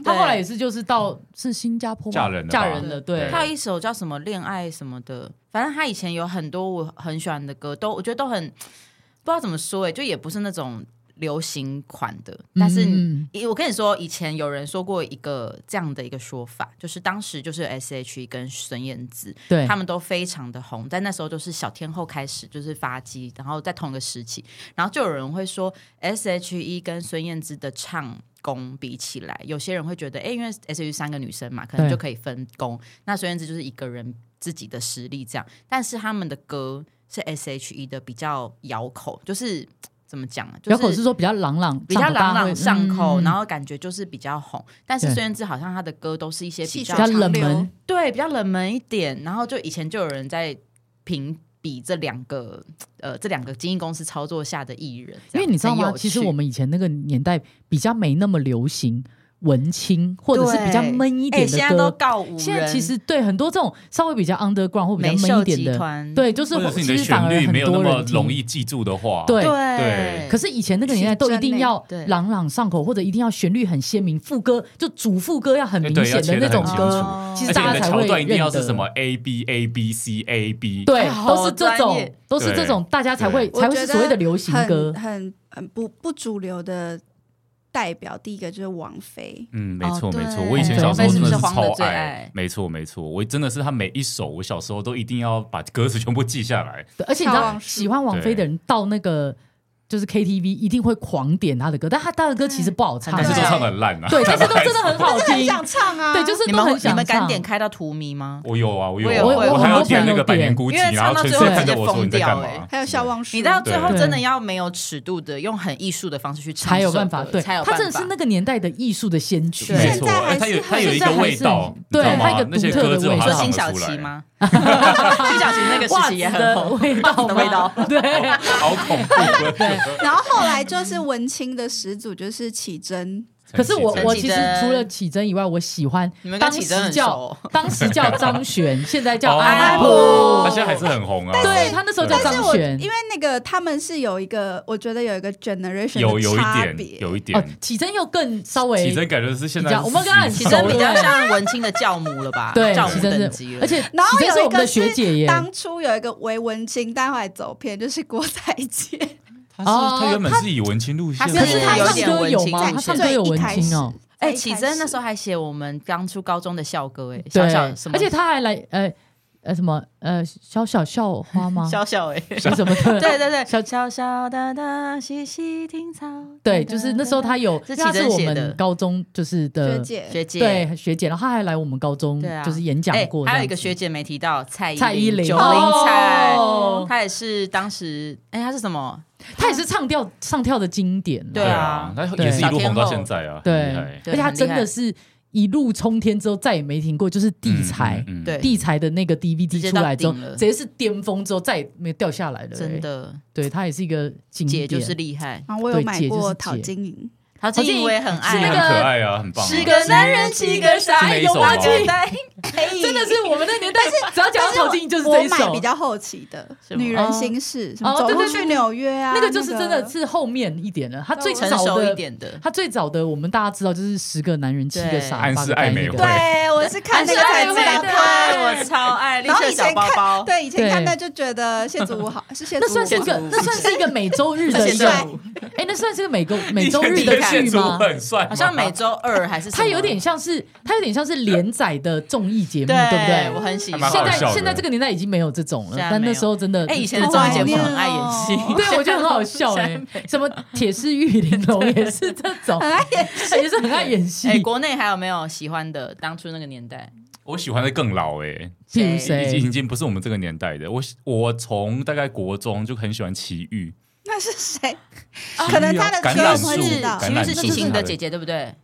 Speaker 3: 他
Speaker 1: 对
Speaker 3: 后来也是就是到是新加坡吗
Speaker 4: 嫁人了吧
Speaker 3: 嫁人了，对
Speaker 4: 对
Speaker 1: 他有一首叫什么恋爱什么的，反正他以欸前有很多我很喜欢的歌，都我觉得都很不知道怎么说哎、就也不是那种流行款的，但是
Speaker 3: 嗯
Speaker 1: 以我跟你说，以前有人说过一个这样的一个说法，就是当时就是 S.H.E 跟孙燕姿，
Speaker 3: 对
Speaker 1: 他们都非常的红，在那时候就是小天后开始就是发迹，然后在同一个时期，然后就有人会说 S.H.E 跟孙燕姿的唱。功比起来，有些人会觉得，哎、因为 S H E 三个女生嘛，可能
Speaker 3: 对
Speaker 1: 就可以分工。那孙燕姿就是一个人自己的实力这样，但是他们的歌是 S H E 的比较咬口，就是怎么讲呢？啊就
Speaker 3: 有口是说比较朗朗，
Speaker 1: 比较
Speaker 3: 唱得大
Speaker 1: 朗朗
Speaker 3: 会
Speaker 1: 上口，
Speaker 3: 嗯
Speaker 1: 然后感觉就是比较红。但是
Speaker 3: 对
Speaker 1: 孙燕姿好像她的歌都是一些比
Speaker 5: 气
Speaker 1: 较
Speaker 3: 比较
Speaker 5: 长
Speaker 3: 冷
Speaker 5: 流
Speaker 3: 门，
Speaker 1: 对比较冷门一点，然后就以前就有人在评比这两个呃这两个经纪公司操作下的艺人，这
Speaker 3: 因
Speaker 1: 样
Speaker 3: 为你知道
Speaker 1: 很
Speaker 3: 吗？
Speaker 1: 有
Speaker 3: 其实
Speaker 1: 趣
Speaker 3: 我们以前那个年代比较没那么流行文青，或者是比较
Speaker 1: 对
Speaker 3: 闷一
Speaker 1: 哎
Speaker 3: 点
Speaker 1: 现
Speaker 3: 的
Speaker 1: 在都
Speaker 3: 歌。
Speaker 1: 告五人，
Speaker 3: 现在其实对很多这种稍微比较 underground 或比
Speaker 1: 美
Speaker 3: 较闷
Speaker 1: 秀
Speaker 3: 一点
Speaker 1: 集
Speaker 3: 的，
Speaker 1: 团
Speaker 3: 对，就是
Speaker 4: 或者是你
Speaker 3: 其
Speaker 4: 的
Speaker 3: 实反
Speaker 4: 旋
Speaker 3: 而
Speaker 4: 律
Speaker 3: 很
Speaker 4: 没有那
Speaker 3: 多
Speaker 4: 么
Speaker 3: 人听
Speaker 4: 容易记住的话，
Speaker 1: 对
Speaker 3: 对。
Speaker 4: 对
Speaker 3: 可是以前那个年代都一定要
Speaker 1: 对
Speaker 3: 朗朗上口，或者一定要旋律很鲜明，副歌就主副歌要很明
Speaker 4: 对要
Speaker 3: 显的
Speaker 4: 切得
Speaker 3: 那种
Speaker 4: 很清
Speaker 3: 歌
Speaker 4: 楚，
Speaker 3: 其
Speaker 1: 哦
Speaker 4: 而
Speaker 3: 实
Speaker 4: 且
Speaker 3: 大
Speaker 4: 你
Speaker 3: 家
Speaker 4: 的
Speaker 3: 才
Speaker 4: 桥
Speaker 3: 会
Speaker 4: 段一定要
Speaker 3: 认
Speaker 4: 是
Speaker 3: 得
Speaker 4: 什么 A B A B C A B，
Speaker 3: 对
Speaker 1: 哎，好
Speaker 3: 都是这
Speaker 1: 专
Speaker 3: 种
Speaker 1: 业，
Speaker 3: 都是这
Speaker 4: 对
Speaker 3: 种，大家才会
Speaker 5: 我
Speaker 3: 才会
Speaker 5: 觉
Speaker 3: 是
Speaker 5: 得
Speaker 3: 所谓的流行歌
Speaker 5: 很。很很不不主流的代表，第一个就是王菲。
Speaker 4: 嗯，没
Speaker 1: 哦
Speaker 4: 错、
Speaker 1: 对
Speaker 4: 没错，我以前小时候
Speaker 3: 王菲
Speaker 4: 真
Speaker 3: 是不是
Speaker 4: 是
Speaker 1: 黄的
Speaker 4: 超
Speaker 1: 最
Speaker 4: 爱
Speaker 1: 爱，
Speaker 4: 没错没错，我真的是他每一首，我小时候都一定要把歌词全部记下
Speaker 1: 啊
Speaker 4: 来。
Speaker 3: 对而且你
Speaker 5: 跳
Speaker 3: 知道，
Speaker 5: 王
Speaker 3: 喜欢王菲的人到那个就是 KTV 一定会狂点她的歌，但她她的歌其实不好唱，
Speaker 1: 哎
Speaker 4: 但是都
Speaker 5: 对
Speaker 4: 唱的很烂啊！
Speaker 3: 对，
Speaker 4: [LAUGHS]
Speaker 3: 但是都真的很好听，
Speaker 5: 唱啊
Speaker 3: 对，就是
Speaker 1: 你
Speaker 3: 都
Speaker 1: 们会
Speaker 3: 很想
Speaker 1: 你们敢
Speaker 3: 唱
Speaker 1: 点开到荼蘼吗？
Speaker 4: 我有啊，我有、
Speaker 1: 我
Speaker 4: 啊，
Speaker 1: 有我有
Speaker 4: 还
Speaker 1: 我
Speaker 4: 要
Speaker 1: 有
Speaker 4: 填那个百年孤寂，
Speaker 1: 因为
Speaker 4: 然
Speaker 1: 唱
Speaker 4: 后
Speaker 1: 到
Speaker 4: 陈
Speaker 1: 最
Speaker 4: 世
Speaker 1: 后
Speaker 4: 看
Speaker 1: 直
Speaker 4: 着
Speaker 1: 接
Speaker 4: 我说
Speaker 1: 疯
Speaker 4: 你在干
Speaker 1: 掉
Speaker 4: 嘛？
Speaker 1: 哎
Speaker 5: 还有笑忘书，
Speaker 1: 你到最后
Speaker 3: 对
Speaker 1: 真的要没有尺度的，用很艺术的方式去唱
Speaker 3: 才有
Speaker 1: 这首
Speaker 3: 办法。
Speaker 1: 歌
Speaker 3: 对，
Speaker 1: 才有
Speaker 3: 她
Speaker 1: 办
Speaker 3: 真的
Speaker 1: 法
Speaker 3: 是那个年代的艺术的先驱。
Speaker 1: 对
Speaker 4: 没
Speaker 5: 现
Speaker 4: 错，
Speaker 5: 在还
Speaker 4: 哎它有
Speaker 5: 是
Speaker 4: 它有一个味道，
Speaker 3: 现在还
Speaker 4: 你知道吗
Speaker 3: 是很对它有一个
Speaker 4: 那些
Speaker 3: 独特的
Speaker 4: 歌只有
Speaker 3: 味道
Speaker 4: 它
Speaker 1: 说
Speaker 3: 把
Speaker 1: 辛晓
Speaker 4: 唱得出来
Speaker 1: 琪？吗？ [LAUGHS] 辛晓琪那个时期也很
Speaker 3: 袜
Speaker 1: 红
Speaker 3: 子的，味道
Speaker 1: 袜子的味道
Speaker 3: 吗，对，
Speaker 4: [LAUGHS] 好恐怖！
Speaker 5: 然后后来就是文青的始祖就是启真，
Speaker 3: [LAUGHS] 可是我
Speaker 4: 陈绮贞
Speaker 3: 我
Speaker 1: 启
Speaker 3: 其实
Speaker 1: 贞
Speaker 3: 除了启真以外，我喜欢
Speaker 1: 你们跟
Speaker 3: 当
Speaker 1: 启真
Speaker 3: 时
Speaker 1: 很
Speaker 3: 叫
Speaker 1: 熟
Speaker 3: [LAUGHS] 当时叫张悬，现在叫
Speaker 4: 哦
Speaker 3: 安
Speaker 4: 他
Speaker 3: 普。
Speaker 4: 现在还是很红啊。
Speaker 3: 对他那时候叫
Speaker 5: 但是
Speaker 3: 张
Speaker 5: 我
Speaker 3: 悬
Speaker 5: 因，为那个他们是有一个，我觉得有一个 generation
Speaker 4: 有有
Speaker 5: 的
Speaker 4: 一
Speaker 5: 差
Speaker 4: 点，
Speaker 5: 别，
Speaker 4: 有一点
Speaker 3: 哦，，启真又更稍微
Speaker 4: 起真感觉是现
Speaker 3: 比
Speaker 4: 在
Speaker 3: 较我们刚刚
Speaker 4: 40
Speaker 1: [LAUGHS]
Speaker 3: 起
Speaker 1: 启
Speaker 3: 真
Speaker 1: 真
Speaker 4: 首
Speaker 1: 比
Speaker 3: 对
Speaker 1: 较像文青的教母了 [LAUGHS] 吧？
Speaker 3: 对
Speaker 1: 教，
Speaker 3: 启
Speaker 1: 母等
Speaker 3: 真
Speaker 1: 级
Speaker 3: 是，
Speaker 1: 了。
Speaker 3: 而且
Speaker 5: 然后
Speaker 3: 启真是
Speaker 5: 有
Speaker 3: 我
Speaker 5: 一
Speaker 3: 们的
Speaker 5: 个
Speaker 3: 学姐耶。
Speaker 5: 当初有一个为文青，但后来走偏，就是郭采洁，
Speaker 4: 他是他原本是以文青路线的，
Speaker 5: 可是他
Speaker 1: 有
Speaker 5: 唱
Speaker 1: 一点
Speaker 3: 歌
Speaker 1: 文
Speaker 3: 有
Speaker 1: 青
Speaker 3: 吗
Speaker 1: 路
Speaker 3: 他
Speaker 1: 线
Speaker 3: 唱歌有文青哦，
Speaker 1: 哎，启真那时
Speaker 5: 候
Speaker 1: 候还写我们刚出高中的校歌，哎，
Speaker 3: 对
Speaker 1: 小小什，么，
Speaker 3: 而且他还来呃呃什么呃小小校花吗？
Speaker 1: 小小哎，
Speaker 3: 是什么的？
Speaker 1: 对对对，
Speaker 3: 小
Speaker 1: 小小的的细细听草，嗯
Speaker 3: 对，就是那时候他有，
Speaker 1: 是
Speaker 3: 因为他
Speaker 1: 启
Speaker 3: 是
Speaker 1: 真
Speaker 3: 我
Speaker 1: 写
Speaker 3: 们
Speaker 1: 的
Speaker 3: 高中就是
Speaker 5: 学
Speaker 3: 的
Speaker 5: 姐，
Speaker 1: 学姐
Speaker 3: 对学姐，然后他还来我们高中
Speaker 1: 对啊
Speaker 3: 就是演讲
Speaker 1: 哎
Speaker 3: 过这样子，
Speaker 1: 还有一个学姐没提到蔡
Speaker 3: 蔡依林
Speaker 1: 林九零蔡，
Speaker 3: 哦
Speaker 1: 她也是当时哎，她是什么？
Speaker 3: 她也是唱跳唱跳的经典啦，
Speaker 1: 对
Speaker 4: 对
Speaker 1: 啊
Speaker 4: 啊，他也是一路红到现在啊，很厉害
Speaker 3: 对，
Speaker 1: 对
Speaker 3: 而且她
Speaker 1: 很厉害
Speaker 3: 真的是一路冲天之后再也没停过，就是地才。
Speaker 4: 嗯嗯嗯
Speaker 1: 对
Speaker 3: 地才的那个
Speaker 1: 直
Speaker 3: DVD
Speaker 1: 接
Speaker 3: 出
Speaker 1: 到
Speaker 3: 来之后，
Speaker 1: 顶了
Speaker 3: 直接是巅峰之后再也没有掉下来了、
Speaker 1: 真
Speaker 3: 哎，
Speaker 1: 的，
Speaker 3: 对，她也是一个经
Speaker 1: 姐
Speaker 3: 典。
Speaker 1: 就是厉害，
Speaker 5: 然后我有
Speaker 3: 对
Speaker 5: 买
Speaker 3: 姐就是
Speaker 5: 过
Speaker 3: 姐
Speaker 5: 陶晶莹，
Speaker 1: 陶晶
Speaker 3: 晶
Speaker 1: 莹我也
Speaker 3: 莹
Speaker 1: 很
Speaker 4: 是
Speaker 1: 爱
Speaker 3: 那
Speaker 4: 很
Speaker 3: 个
Speaker 1: 啊。
Speaker 4: 可爱啊，很棒啊。
Speaker 1: 十个男人七个
Speaker 4: 是
Speaker 1: 傻，
Speaker 4: 哪一
Speaker 1: 有
Speaker 4: 首啊
Speaker 1: 八九代，
Speaker 3: 真的是我们那年代，只要讲到陶晶莹就是
Speaker 5: 我
Speaker 3: 这一
Speaker 5: 买
Speaker 3: 首
Speaker 5: 比，较后期的
Speaker 1: 什
Speaker 5: 《
Speaker 1: 么
Speaker 5: 女人心事》，什么
Speaker 3: 哦
Speaker 5: 走
Speaker 3: 对
Speaker 5: 路
Speaker 3: 对对
Speaker 5: 去纽约啊，
Speaker 3: 那个就是
Speaker 5: 那
Speaker 3: 真的是后面一点了。她最
Speaker 1: 成
Speaker 3: 早
Speaker 1: 熟
Speaker 3: 的
Speaker 1: 一，点的。
Speaker 3: 她最早的我们大家知道就是十个男人七个
Speaker 1: 对
Speaker 3: 傻，
Speaker 4: 暗
Speaker 3: 八
Speaker 4: 示
Speaker 3: 个呆
Speaker 4: 爱美
Speaker 3: 那个
Speaker 4: 惠
Speaker 5: 对，我是看那个才知道
Speaker 3: 对对
Speaker 5: 他。
Speaker 1: 对，我超爱绿
Speaker 5: [LAUGHS] 然后
Speaker 1: 色
Speaker 5: 以前
Speaker 1: 小包包，
Speaker 5: 看，对以前看
Speaker 3: 对
Speaker 5: 那就觉得谢祖武好，是谢祖
Speaker 3: 那算是一
Speaker 5: 武
Speaker 3: 个
Speaker 5: 好，
Speaker 1: 建筑物
Speaker 3: 那算是一个每周
Speaker 1: [LAUGHS]
Speaker 3: 日的
Speaker 1: 而
Speaker 3: 一
Speaker 1: 且
Speaker 3: 个，
Speaker 1: 对
Speaker 3: 哎，那算是个每
Speaker 1: [LAUGHS]
Speaker 3: 个
Speaker 4: [LAUGHS]
Speaker 3: 每周日的剧
Speaker 4: 现
Speaker 3: 吗？
Speaker 4: 很帅吗，
Speaker 1: 好像每周二还是什么
Speaker 3: 它有点像是它有点像是连载的综艺节目，
Speaker 1: 对，
Speaker 3: 对
Speaker 1: 我
Speaker 3: 不对？
Speaker 1: 很喜
Speaker 4: 还
Speaker 1: 欢。
Speaker 4: 蛮
Speaker 3: 现
Speaker 4: 好笑
Speaker 3: 在
Speaker 4: 的
Speaker 3: 现在这个年代已经没有这种了，
Speaker 1: 现在
Speaker 3: 但
Speaker 1: 没
Speaker 3: 那
Speaker 1: 有
Speaker 3: 时候真的，
Speaker 1: 哎，以前的
Speaker 5: 好
Speaker 1: 综艺节
Speaker 5: 怀
Speaker 1: 目
Speaker 5: 念
Speaker 1: [LAUGHS] 很爱演戏，
Speaker 5: 哦
Speaker 3: 对我觉得很好
Speaker 1: [LAUGHS]
Speaker 3: 笑
Speaker 1: 现
Speaker 3: 哎
Speaker 1: 在没，
Speaker 3: 什么铁丝玉玲珑
Speaker 1: [LAUGHS]
Speaker 3: 也是这种，
Speaker 5: 很爱演
Speaker 3: 也是很爱演戏
Speaker 1: 哎，，国内还有没有喜欢的？当初那个年代，
Speaker 4: [LAUGHS] 我喜欢的更老哎，
Speaker 3: 譬如
Speaker 4: 已经
Speaker 3: 谁
Speaker 4: 已？经不是我们这个年代的。我我从大概国中就很喜欢齐豫，
Speaker 5: 那是谁？
Speaker 4: 啊
Speaker 5: 可能他的
Speaker 4: 橄
Speaker 5: 歌
Speaker 4: 榄
Speaker 1: 是
Speaker 5: 不会
Speaker 4: 树
Speaker 5: 知道
Speaker 4: 橄
Speaker 1: 齐
Speaker 4: 榄
Speaker 1: 豫
Speaker 4: 树
Speaker 1: 是齐秦的姐姐，对不对？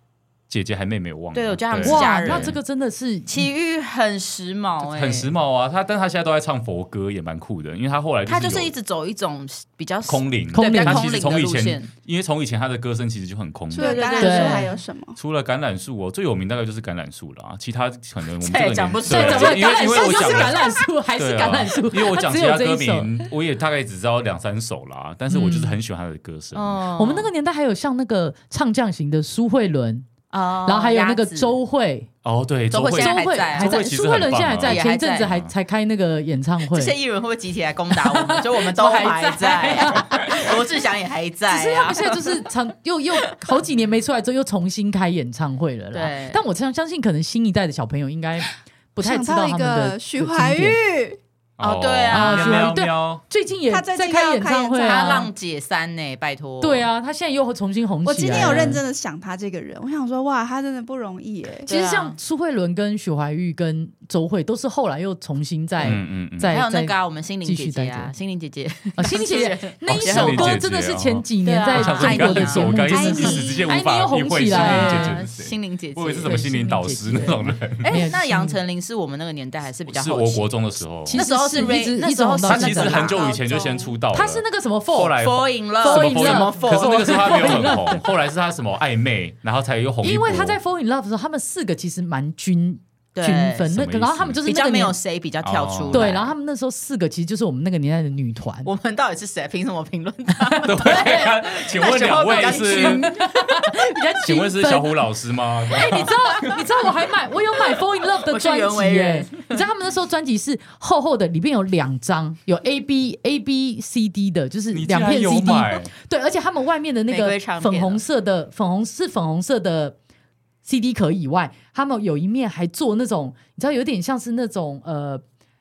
Speaker 4: 姐姐还妹妹我忘了。
Speaker 1: 对我觉得他们是家
Speaker 3: 哇，
Speaker 1: 人
Speaker 3: 那这个欸真的是
Speaker 1: 齐豫很时髦，哎，
Speaker 4: 很时髦啊。他但他现在都在唱佛歌，也蛮酷的，因为他后来
Speaker 1: 他就是
Speaker 4: 有
Speaker 1: 一直走一种比较
Speaker 4: 空灵，
Speaker 3: 空灵
Speaker 1: 对比较
Speaker 4: 他
Speaker 1: 空
Speaker 4: 其实
Speaker 1: 灵
Speaker 4: 从
Speaker 1: 的
Speaker 4: 以
Speaker 1: 路
Speaker 4: 前
Speaker 1: 线。，
Speaker 4: 因为从以前他的歌声其实就很空
Speaker 5: 除
Speaker 4: 灵。
Speaker 5: 了橄榄
Speaker 3: 对
Speaker 5: 树还有什么？
Speaker 4: 除了橄榄树哦，最有名大概就是橄榄树了啊，其他可能我们这个
Speaker 1: 再也
Speaker 4: 年
Speaker 1: 讲不出
Speaker 4: 对
Speaker 1: 来
Speaker 3: 对，
Speaker 1: 了
Speaker 3: 怎
Speaker 1: 讲
Speaker 3: 么
Speaker 4: 因为
Speaker 3: 橄榄
Speaker 4: 因为我
Speaker 3: 树就是
Speaker 4: 讲
Speaker 3: 橄榄树，还是
Speaker 4: 对
Speaker 3: 橄榄树，
Speaker 4: 啊，因为我
Speaker 3: 它
Speaker 4: 讲
Speaker 3: 只
Speaker 4: 其
Speaker 3: 有
Speaker 4: 他
Speaker 3: 这
Speaker 4: 歌
Speaker 3: 一首。
Speaker 4: 名，我也大概只知道两三首啦，
Speaker 3: 嗯
Speaker 4: 但是我就是很喜欢他的歌声。
Speaker 1: 哦
Speaker 3: 我们那个年代还有像那个唱将型的苏慧伦，
Speaker 1: 哦
Speaker 3: 然后还有那个周慧，
Speaker 4: 哦，对，
Speaker 1: 周
Speaker 4: 周
Speaker 1: 慧
Speaker 4: 慧
Speaker 1: 现在
Speaker 3: 周
Speaker 1: 还
Speaker 3: 慧
Speaker 1: 在
Speaker 3: 还
Speaker 4: 周慧
Speaker 3: 在，
Speaker 4: 其实
Speaker 3: 苏慧伦
Speaker 4: 很
Speaker 3: 现
Speaker 4: 棒
Speaker 3: 在
Speaker 1: 啊
Speaker 3: 还在，
Speaker 1: 也
Speaker 3: 前
Speaker 1: 还
Speaker 3: 一阵子
Speaker 1: 在
Speaker 3: 还才开那个演唱会
Speaker 1: 这，些艺人会不会集体来攻打我
Speaker 3: [LAUGHS]
Speaker 1: 们？就我们都
Speaker 3: 都还啊
Speaker 1: 还在， [LAUGHS] 罗志祥也还在
Speaker 3: 只是他
Speaker 1: 啊
Speaker 3: 们。现在就是常又又好几年没出来之后，又重新开演唱会了啦。
Speaker 1: 对
Speaker 3: 但我相相信，可能新一代的小朋友应该不太
Speaker 5: 想
Speaker 3: 知道
Speaker 5: 到
Speaker 3: 他
Speaker 5: 一
Speaker 3: 们的
Speaker 5: 个徐怀
Speaker 3: 的经典
Speaker 5: 钰，
Speaker 1: 哦对啊
Speaker 4: 喵
Speaker 3: 是啊
Speaker 4: 喵
Speaker 3: 对
Speaker 4: 喵，
Speaker 3: 最近也
Speaker 5: 他最近
Speaker 3: 在开
Speaker 5: 要
Speaker 3: 演
Speaker 5: 开
Speaker 3: 唱会
Speaker 5: 演
Speaker 1: 他
Speaker 3: 啊，
Speaker 1: 浪姐三呢，拜托。
Speaker 3: 对，啊，他现在又重新红起来。
Speaker 5: 我今天有认。真的想他这个人，我想说哇，他真的不容易哎。
Speaker 3: 其实
Speaker 1: 对啊
Speaker 3: 像苏慧伦跟许怀玉跟周慧都是后来又重新在
Speaker 4: 嗯嗯嗯，
Speaker 3: 哎在
Speaker 1: 还有那
Speaker 3: 在
Speaker 1: 个啊，我们心灵
Speaker 3: 继
Speaker 1: 姐
Speaker 3: 续
Speaker 1: 姐
Speaker 3: 待
Speaker 1: 啊，
Speaker 3: 着
Speaker 1: 心灵姐姐，
Speaker 3: 啊，心
Speaker 1: [LAUGHS]
Speaker 3: 理姐姐那一
Speaker 4: 心
Speaker 3: 首
Speaker 4: 理
Speaker 3: 歌
Speaker 4: 姐
Speaker 3: 真的
Speaker 4: 姐
Speaker 3: 是
Speaker 4: 哦
Speaker 3: 前几
Speaker 1: 对
Speaker 3: 年
Speaker 1: 啊
Speaker 3: 在
Speaker 1: 我想说
Speaker 3: 泰
Speaker 1: 你
Speaker 3: 国
Speaker 1: 刚
Speaker 3: 的
Speaker 1: 才
Speaker 3: 节
Speaker 1: 说
Speaker 3: 目哎
Speaker 4: 我
Speaker 3: 就
Speaker 5: 才
Speaker 4: 刚
Speaker 3: 是，
Speaker 4: 一
Speaker 5: 一
Speaker 4: 时
Speaker 5: 时
Speaker 4: 之
Speaker 5: 之
Speaker 4: 间
Speaker 3: 间
Speaker 4: 无
Speaker 3: 无
Speaker 4: 法
Speaker 3: 法
Speaker 4: 体
Speaker 3: 体
Speaker 4: 会
Speaker 3: 会
Speaker 4: 心
Speaker 3: 啊心
Speaker 4: 灵
Speaker 3: 灵
Speaker 4: 姐
Speaker 3: 姐
Speaker 4: 姐
Speaker 3: 姐
Speaker 4: 是谁。
Speaker 1: 心灵姐姐。
Speaker 4: 我以为是什么心灵导师那种人，
Speaker 1: 哎、
Speaker 3: 没有
Speaker 1: 那
Speaker 3: 心
Speaker 1: 杨
Speaker 3: 灵
Speaker 1: 丞琳是我们那个年代还是比较
Speaker 4: 是
Speaker 1: 好
Speaker 4: 我
Speaker 1: 奇
Speaker 4: 国中的时候，
Speaker 3: 其
Speaker 1: 那时候是
Speaker 3: 是
Speaker 1: Ray，
Speaker 3: 一直
Speaker 1: 那
Speaker 3: 一
Speaker 1: 时
Speaker 3: 直
Speaker 1: 候
Speaker 3: 红
Speaker 1: 是
Speaker 3: 到
Speaker 4: 他
Speaker 1: 那
Speaker 4: 其实
Speaker 1: 个
Speaker 4: 很
Speaker 1: 啦
Speaker 4: 久以前就先出道了，
Speaker 3: 他是那个什么 f
Speaker 4: 后
Speaker 3: o
Speaker 4: 来
Speaker 1: fall in love，
Speaker 3: 什么
Speaker 1: fall in love，
Speaker 3: fall in
Speaker 4: 可是那个时候他没有
Speaker 1: fall in
Speaker 4: 很
Speaker 1: love
Speaker 4: 红，
Speaker 3: [LAUGHS]
Speaker 4: 后来是他什么暧昧，然后才又红一波。
Speaker 3: 因为他在《Fall in Love》的时候，他们四个其实蛮均
Speaker 1: 对
Speaker 3: 均分，
Speaker 4: 什
Speaker 3: 那
Speaker 4: 么意思
Speaker 3: 个然后他们就是
Speaker 1: 比
Speaker 3: 那
Speaker 1: 较
Speaker 3: 个
Speaker 1: 没有
Speaker 3: 年
Speaker 1: 谁比较跳出来、
Speaker 4: 哦
Speaker 3: 对，然后他们那时候四个其实就是我们那个年代的女团。
Speaker 1: 我们到底是谁？凭什么评论他？
Speaker 3: [LAUGHS]
Speaker 4: 对啊，请问两位
Speaker 1: 那时候比较
Speaker 4: 是？请问是小虎老师吗？
Speaker 3: 你知道， [LAUGHS] 你知道我还买，我有买《Fall in Love》
Speaker 1: 我
Speaker 3: 的
Speaker 1: 是
Speaker 3: 专
Speaker 1: 袁
Speaker 3: 辑
Speaker 1: 惟仁
Speaker 3: 耶。你知道他们那时候专辑是厚厚的，里面有两张，有 A B A B C D 的，就是
Speaker 4: 你竟
Speaker 3: 两片
Speaker 4: 然有
Speaker 3: CD。
Speaker 4: 买？
Speaker 3: 对，而且他们外面的那
Speaker 1: 玫
Speaker 3: 个
Speaker 1: 瑰唱片啊
Speaker 3: 粉红色的粉红是粉红色的 CD 壳以外，他们有一面还做那种，你知道有点像是那种呃，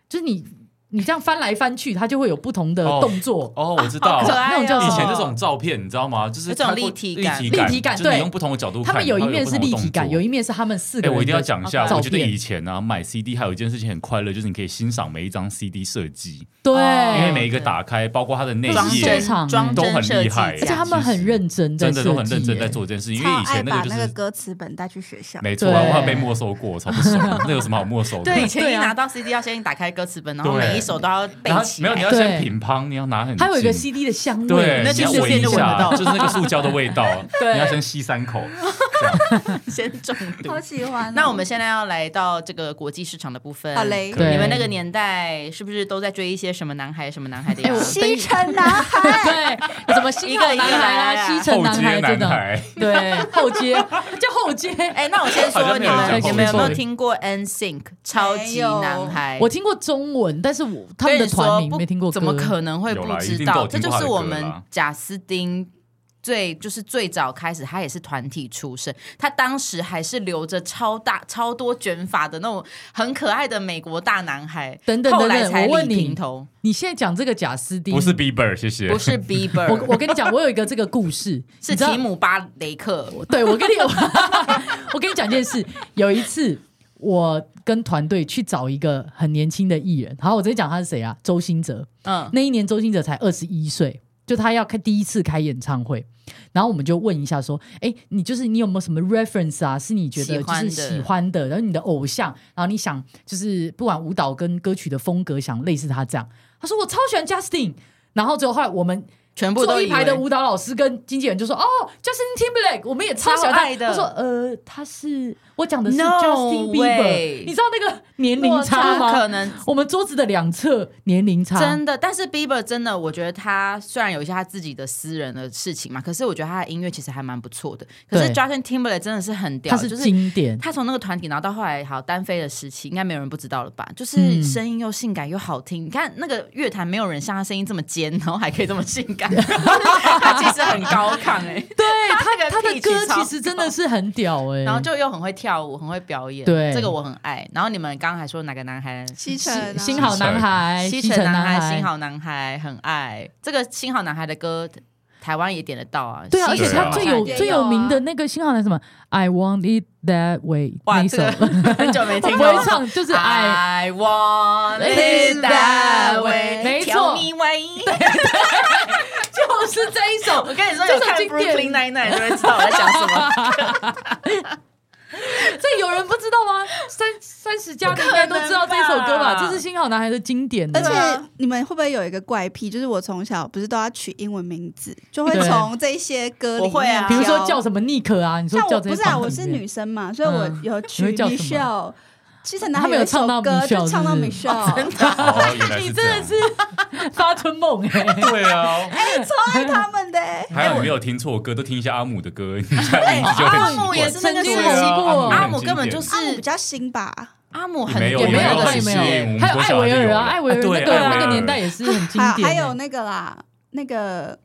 Speaker 3: 就是你你这样翻来翻去，它就会有不同的
Speaker 4: 哦
Speaker 3: 动作。
Speaker 4: 哦，我知道
Speaker 1: 好。可爱、哦
Speaker 3: 那种叫什
Speaker 4: 以
Speaker 3: 么
Speaker 4: 前这种照片你知道吗？就是
Speaker 1: 有种
Speaker 4: 它会
Speaker 1: 立体感
Speaker 4: 立
Speaker 3: 立体感
Speaker 4: 就是你
Speaker 3: 对
Speaker 4: 用不同的角度看。
Speaker 3: 他们有一面是立体
Speaker 4: 它
Speaker 3: 感，
Speaker 4: 会有不同的动作
Speaker 3: 有一面是他们四个
Speaker 4: 哎，
Speaker 3: 人的。
Speaker 4: 我一定要讲一下，
Speaker 3: 照片
Speaker 4: 我觉得以前啊买 CD 还有一件事情很快乐，就是你可以欣赏每一张 CD 设计，
Speaker 3: 对，
Speaker 1: 哦
Speaker 4: 因为每一个打开，包括它的内
Speaker 1: 装
Speaker 4: 页
Speaker 3: 收
Speaker 1: 帧
Speaker 3: 藏
Speaker 1: 装
Speaker 4: 都
Speaker 1: 帧
Speaker 4: 很
Speaker 1: 设
Speaker 4: 厉
Speaker 1: 计
Speaker 4: 害，
Speaker 3: 而且他们很认真在
Speaker 4: 真的都很
Speaker 3: 设计
Speaker 4: 认真在
Speaker 3: 耶
Speaker 4: 做这件事，因为
Speaker 5: 超
Speaker 4: 以
Speaker 5: 爱
Speaker 4: 前
Speaker 5: 把
Speaker 4: 个就
Speaker 5: 那个
Speaker 4: 是
Speaker 5: 歌词本带去学校，
Speaker 4: 没错，啊
Speaker 3: 对
Speaker 4: 我还被没收过，我超不爽。那有什么好没收的？
Speaker 1: 对，以前
Speaker 3: 对
Speaker 1: 一
Speaker 3: 啊
Speaker 1: 拿到 CD 要先打开歌词本，然后
Speaker 4: 对
Speaker 1: 每一首都要背
Speaker 4: [LAUGHS] 然后
Speaker 1: 起
Speaker 4: 没
Speaker 1: 来。
Speaker 4: 有，你要
Speaker 3: 对
Speaker 4: 先品乓，你要拿很近，
Speaker 3: 还有一个 CD 的香味，
Speaker 4: 对，
Speaker 1: 那
Speaker 4: 你
Speaker 1: 去
Speaker 4: 要
Speaker 1: 书
Speaker 4: 闻
Speaker 1: 店
Speaker 4: 一
Speaker 1: 就闻得
Speaker 4: 下，
Speaker 1: 到
Speaker 4: 就是那个塑胶的味道，
Speaker 3: 对
Speaker 4: 你要先吸三口。
Speaker 1: [LAUGHS] 先中毒
Speaker 5: 好。喜欢哦。
Speaker 1: 那我们现在要来到这个国际市场的部分。
Speaker 5: 好嘞，
Speaker 3: 对
Speaker 1: 你们那个年代是不是都在追一些什么男孩、什么男孩的
Speaker 3: 哎
Speaker 1: 呀？
Speaker 3: 我
Speaker 5: 西城
Speaker 3: [LAUGHS]
Speaker 5: 男孩，
Speaker 3: 对，什么
Speaker 1: 一
Speaker 3: 新
Speaker 1: 个
Speaker 3: 老
Speaker 1: 一个
Speaker 3: 男孩
Speaker 1: 来啊
Speaker 3: 啊，西城
Speaker 4: 后
Speaker 3: 男
Speaker 4: 街
Speaker 3: 孩
Speaker 4: 男
Speaker 3: 真的，
Speaker 4: 孩，
Speaker 3: 对，后街 [LAUGHS] 叫后街。
Speaker 1: 哎、那我先
Speaker 4: 好
Speaker 1: 说
Speaker 4: 像
Speaker 1: 你
Speaker 4: 没有
Speaker 1: 们
Speaker 3: 人讲
Speaker 1: 你们有没
Speaker 3: 过
Speaker 1: 有
Speaker 3: 没错
Speaker 1: 听过 N Sync 超级男孩？
Speaker 3: 我听过中文，但是我他
Speaker 1: 跟
Speaker 3: 们
Speaker 1: 你
Speaker 3: 的团
Speaker 1: 说
Speaker 3: 名
Speaker 1: 不
Speaker 3: 没听过歌，
Speaker 1: 怎么可能会
Speaker 4: 有
Speaker 1: 不
Speaker 4: 啦一
Speaker 1: 知
Speaker 4: 定都
Speaker 1: 道？
Speaker 4: 有
Speaker 1: 这
Speaker 4: 听
Speaker 1: 就
Speaker 4: 过他
Speaker 1: 是
Speaker 4: 的
Speaker 1: 我
Speaker 4: 歌
Speaker 1: 们
Speaker 4: 啦
Speaker 1: 贾斯汀。最就是最早开始，他也是团体出身，他当时还是留着超大超多卷发的那种很可爱的美国大男孩，
Speaker 3: 等等
Speaker 1: 后
Speaker 3: 等等
Speaker 1: 来才
Speaker 3: 我问
Speaker 1: 理
Speaker 3: 你
Speaker 1: 平头，
Speaker 4: [LAUGHS]
Speaker 3: 你现在讲这个贾斯汀
Speaker 4: 不是 Bieber，谢谢
Speaker 1: 不。
Speaker 4: [LAUGHS]
Speaker 1: 是 Bieber，
Speaker 3: [LAUGHS] 我我跟你讲，我有一个这个故 [LAUGHS] 事，
Speaker 1: 是
Speaker 3: 你知道
Speaker 1: 提。姆巴雷克，
Speaker 3: 对，我跟你， [LAUGHS] 我跟你讲一件事。有一次，我跟团队去找一个很年轻的艺人，好，我直接讲他是谁啊？周兴哲。
Speaker 1: 嗯，
Speaker 3: 那一年周兴哲才二十一岁，就他要开第一次开演唱会，然后我们就问一下说，哎，你就是你有没有什么 reference 啊？是你觉得
Speaker 1: 喜
Speaker 3: 就
Speaker 1: 欢
Speaker 3: 是
Speaker 1: 的
Speaker 3: 喜欢的，然后你的偶像，然后你想就是不管舞蹈跟歌曲的风格，想类似他这样。他说我超喜欢 Justin，然后之后后来我们
Speaker 1: 全部
Speaker 3: 坐
Speaker 1: 都
Speaker 3: 一
Speaker 1: 以
Speaker 3: 排的
Speaker 1: 为
Speaker 3: 舞蹈老师跟经纪人就说：“哦，Justin Timberlake，我们也超喜欢
Speaker 1: 超
Speaker 3: 他
Speaker 1: 爱的
Speaker 3: 他说：“呃，他是我讲的是
Speaker 1: No
Speaker 3: Justin
Speaker 1: way
Speaker 3: Bieber，你知道那个年龄差
Speaker 1: 落差可
Speaker 3: 吗？
Speaker 1: 能
Speaker 3: 我们桌子的两侧年龄差，
Speaker 1: 真的，但是 Bieber 真的，我觉得他虽然有一些他自己的私人的事情嘛，可是我觉得他的音乐其实还蛮不错的。可是
Speaker 3: 对
Speaker 1: Justin Timberlake 真的是很屌，
Speaker 3: 他
Speaker 1: 就是是。
Speaker 3: 经典。
Speaker 1: 他从那个团体，然后到后来好单飞的时期，应该没有人不知道了吧？就
Speaker 3: 嗯
Speaker 1: 是声音又性感又好听，你看那个乐坛没有人像他声音这么尖，然后还可以这么性
Speaker 3: [LAUGHS]
Speaker 1: 感，他其实很高亢哎、
Speaker 3: [LAUGHS] 对
Speaker 1: 他那个
Speaker 3: 他的
Speaker 1: pitch
Speaker 3: 歌
Speaker 1: 超
Speaker 3: 其实真的是很屌哎、
Speaker 1: 然后就又很会跳舞，很会表演，
Speaker 3: 对
Speaker 1: 这个我很爱。然后你们刚刚还说哪个男孩？
Speaker 5: 西城啊
Speaker 3: 新好男孩，
Speaker 1: 哎西
Speaker 3: 城
Speaker 1: 城男
Speaker 3: 男
Speaker 1: 孩、新好男孩很爱这个新好男孩的歌，台湾也点得到啊。
Speaker 3: 对啊，而
Speaker 1: 西
Speaker 3: 且
Speaker 1: 城
Speaker 3: 他
Speaker 1: 男孩
Speaker 3: 最有
Speaker 5: 也有啊
Speaker 3: 最有名的那个新好男什么，I want it that way
Speaker 1: 哇，
Speaker 3: 那一
Speaker 1: 这
Speaker 3: 首，
Speaker 1: 个 [LAUGHS]
Speaker 3: [LAUGHS]
Speaker 1: 很久没
Speaker 3: 我
Speaker 1: 听啊
Speaker 3: 不
Speaker 1: [LAUGHS] 过。
Speaker 3: 会唱，就是哎 I
Speaker 1: I want it that way，
Speaker 3: 没错
Speaker 1: Tell me why
Speaker 3: 就是这一首
Speaker 1: 我，跟你说，
Speaker 3: 这
Speaker 1: 有
Speaker 3: 首
Speaker 1: 看
Speaker 3: 经典
Speaker 1: Brooklyn Nine Nine 就会知道我在讲什 [LAUGHS] 么。
Speaker 3: 这有人不知道吗？三三十加的应该都知道这首歌吧？
Speaker 1: 不可能吧
Speaker 3: 这是新好男孩的经典
Speaker 5: 而
Speaker 3: 的。
Speaker 5: 且你们会不会有一个怪癖？就是我从小不是都要取英文名字，就会
Speaker 3: 对
Speaker 5: 从这些歌里
Speaker 1: 我
Speaker 5: 面
Speaker 1: 会啊
Speaker 5: 挑
Speaker 3: 比如说叫什么尼克啊，你说
Speaker 5: 像
Speaker 3: 叫
Speaker 5: 我
Speaker 3: 这
Speaker 5: 不
Speaker 3: 些
Speaker 5: 是啊，
Speaker 3: 房
Speaker 5: 我
Speaker 3: 子
Speaker 5: 是
Speaker 3: 里面
Speaker 5: 女生嘛，所以我
Speaker 3: 嗯
Speaker 5: 有
Speaker 3: 你
Speaker 5: 取
Speaker 3: 会叫什么
Speaker 5: Michelle，七层男
Speaker 3: 他
Speaker 5: 孩
Speaker 3: 们有
Speaker 5: 一首
Speaker 3: 唱到
Speaker 5: 歌
Speaker 3: Michelle，
Speaker 5: 就唱到
Speaker 3: 是不
Speaker 5: Michelle，
Speaker 4: 哦，原来
Speaker 1: 你真
Speaker 4: 是这
Speaker 1: 的
Speaker 4: 样
Speaker 1: 是。
Speaker 3: 发春梦哎、
Speaker 4: 对啊，
Speaker 5: 哎，超爱他们
Speaker 3: [LAUGHS]
Speaker 5: 的欸。
Speaker 1: 哎
Speaker 4: 还好你没有听错歌，都听一下阿姆的歌，你下名字就
Speaker 1: 阿
Speaker 4: 很奇
Speaker 1: 姆也
Speaker 4: 怪。啊
Speaker 1: 是那个时
Speaker 3: 曾经
Speaker 1: 期，
Speaker 3: 红过
Speaker 1: 阿姆根本就是是
Speaker 5: 阿姆啊比较新吧，
Speaker 1: 阿姆
Speaker 4: 也
Speaker 1: 很
Speaker 4: 没有
Speaker 1: 有
Speaker 3: 也没有
Speaker 1: 那个时
Speaker 3: 对没
Speaker 1: 期耶
Speaker 3: 有，还有艾维尔啊，艾维尔那
Speaker 4: 哎对
Speaker 3: 个
Speaker 4: 艾维尔
Speaker 3: 那个年代也是很经
Speaker 5: 还
Speaker 3: 典、
Speaker 5: 还有那个啦，那个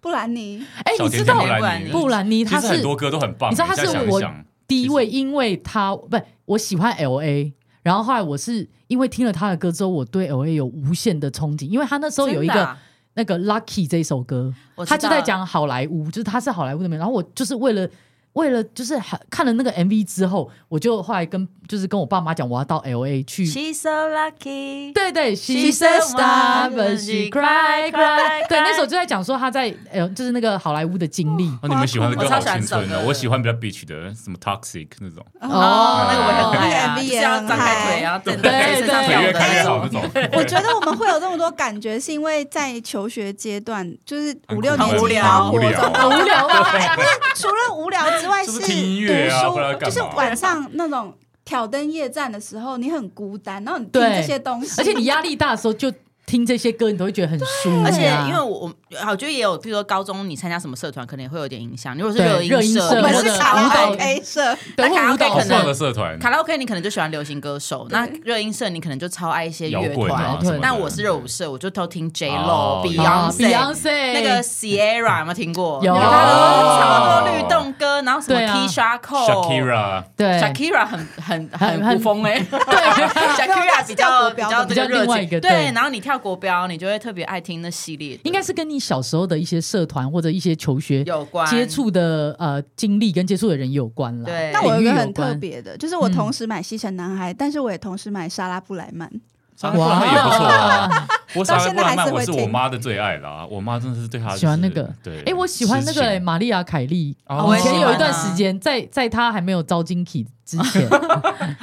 Speaker 5: 布兰妮，
Speaker 3: 哎、
Speaker 4: 小
Speaker 3: 你
Speaker 4: 甜
Speaker 3: 知
Speaker 4: 甜
Speaker 3: 道
Speaker 4: 布兰妮，
Speaker 3: 布兰妮
Speaker 4: 其
Speaker 3: 她
Speaker 4: 实
Speaker 3: 是
Speaker 4: 很多歌都很棒。
Speaker 3: 你知道她是
Speaker 4: 现在想
Speaker 3: 我
Speaker 4: 一想
Speaker 3: 第一位，因为她不，我喜欢 L A。然后后来我是因为听了她的歌之后，我对 L A 有无限的憧憬，因为她那时候有一
Speaker 1: 真的
Speaker 3: 个
Speaker 1: 啊
Speaker 3: 那个 Lucky 这一首歌，
Speaker 1: 我知
Speaker 3: 他就在
Speaker 1: 道
Speaker 3: 讲好莱坞，就是他是好莱坞的名。然后我就是为了为了就是看了那个 MV 之后，我就后来跟就是跟我爸妈讲，我要到 L A 去。
Speaker 1: She's so lucky。
Speaker 3: 对对
Speaker 1: She's a star, but she cry, cry,
Speaker 3: 对，那
Speaker 1: cry
Speaker 3: 首就在讲说他在呃，就是那个好莱坞的经历。
Speaker 4: 哦，你们喜欢的歌
Speaker 1: 我超
Speaker 4: 好
Speaker 1: 喜欢
Speaker 4: 青春
Speaker 1: 这首
Speaker 4: 哦！
Speaker 1: 歌
Speaker 4: 我喜欢比较 bitch 的，什么 toxic 那种，
Speaker 1: 哦，那个我也很爱
Speaker 5: 那
Speaker 3: [LAUGHS]
Speaker 1: 啊，
Speaker 5: 个 MV
Speaker 1: 就是要张开腿，
Speaker 5: 也很嗨
Speaker 3: 啊
Speaker 1: 然后在
Speaker 3: 对
Speaker 1: 在身上
Speaker 4: 腿
Speaker 3: 对
Speaker 1: 跳
Speaker 4: 越
Speaker 1: 的
Speaker 4: 开
Speaker 1: 那
Speaker 4: 越
Speaker 1: 种
Speaker 4: 好那。种。
Speaker 1: [LAUGHS]
Speaker 4: [LAUGHS]
Speaker 5: 我觉得我们会有这么多感觉，是因为在求学阶段，就是五六
Speaker 1: 很
Speaker 5: 年
Speaker 1: 无
Speaker 5: 级
Speaker 1: 聊
Speaker 5: 到
Speaker 4: 很无
Speaker 5: 国
Speaker 4: 聊
Speaker 5: 中，
Speaker 3: 好无聊啊！
Speaker 5: 除了无聊之外，
Speaker 4: 就是
Speaker 5: 读
Speaker 4: 是听音乐啊不然要
Speaker 5: 书，
Speaker 4: 干嘛
Speaker 5: 就是晚上那种挑灯夜战的时候，你很孤单，然后你听
Speaker 3: 对
Speaker 5: 这些东西，
Speaker 3: 而且你压力大的时候就听这些歌，你都会觉得很舒服啊。
Speaker 1: 而且因为我我好，我觉得也有，比如说高中你参加什么社团，可能也会有点影响。如果是
Speaker 3: 对
Speaker 1: 热
Speaker 3: 热音
Speaker 1: 音社，
Speaker 3: 社
Speaker 5: 我
Speaker 1: 我
Speaker 5: 们
Speaker 1: 们
Speaker 5: 是
Speaker 3: 或者
Speaker 5: 卡拉
Speaker 3: 舞蹈
Speaker 5: OK 社，
Speaker 3: 对
Speaker 1: 那卡拉 OK
Speaker 3: 或者舞蹈
Speaker 1: 可
Speaker 4: 好
Speaker 1: 能
Speaker 4: 棒的哦社团，
Speaker 1: 卡拉 OK 你可能就喜欢流行歌手，那热音社你可能就超爱一些
Speaker 4: 摇
Speaker 1: 乐
Speaker 4: 滚啊
Speaker 1: 团。
Speaker 4: 什么的。
Speaker 1: 那我是热舞社，我就偷听 J
Speaker 4: 哦
Speaker 1: Lo、
Speaker 3: 啊
Speaker 1: Beyonce、
Speaker 3: Beyonce
Speaker 1: 那个 Sierra 有没有听过？
Speaker 3: 有
Speaker 1: 他超多律动歌，然后什么
Speaker 3: 对啊
Speaker 1: Tisha Cole。
Speaker 4: 哦 Shakira，
Speaker 3: 对
Speaker 1: Shakira 很很
Speaker 3: 很
Speaker 1: 很古风哎、
Speaker 3: [LAUGHS] 对啊
Speaker 1: Shakira 比较
Speaker 5: 比较
Speaker 1: 较
Speaker 3: 比较
Speaker 1: 热
Speaker 3: 另外
Speaker 1: 情
Speaker 3: 一个对
Speaker 1: 对，然后你跳国标，你就会特别爱听那系列的，
Speaker 3: 应该是跟你小时候的一些社团或者一些求学
Speaker 1: 有关
Speaker 3: 接。触的呃经历跟接触的人有关啦。
Speaker 1: 对，
Speaker 5: 那我有一
Speaker 3: 领域
Speaker 5: 个
Speaker 3: 有
Speaker 5: 很特
Speaker 3: 关
Speaker 5: 别的，就是我同时买《西城男孩》，但是我也同时买《莎拉布莱曼》。
Speaker 4: 莎拉布莱曼也不错啊。我莎
Speaker 5: 到
Speaker 4: 拉
Speaker 5: 现
Speaker 4: 布
Speaker 5: 在
Speaker 4: 莱
Speaker 5: 还
Speaker 4: 曼
Speaker 5: 是
Speaker 4: 我
Speaker 5: 会
Speaker 4: 是
Speaker 5: 听
Speaker 4: 我妈的最爱啦，我妈真的是对她就是
Speaker 3: 喜欢那个
Speaker 4: 对，
Speaker 3: 哎，我喜欢那个
Speaker 4: 痴
Speaker 3: 哎
Speaker 4: 情
Speaker 3: 玛利亚凯莉，
Speaker 4: 哦
Speaker 1: 我
Speaker 3: 以
Speaker 1: 也喜欢
Speaker 3: 前
Speaker 1: 啊
Speaker 3: 有一段时间，在在她还没有招金体之
Speaker 1: [LAUGHS]
Speaker 3: 前，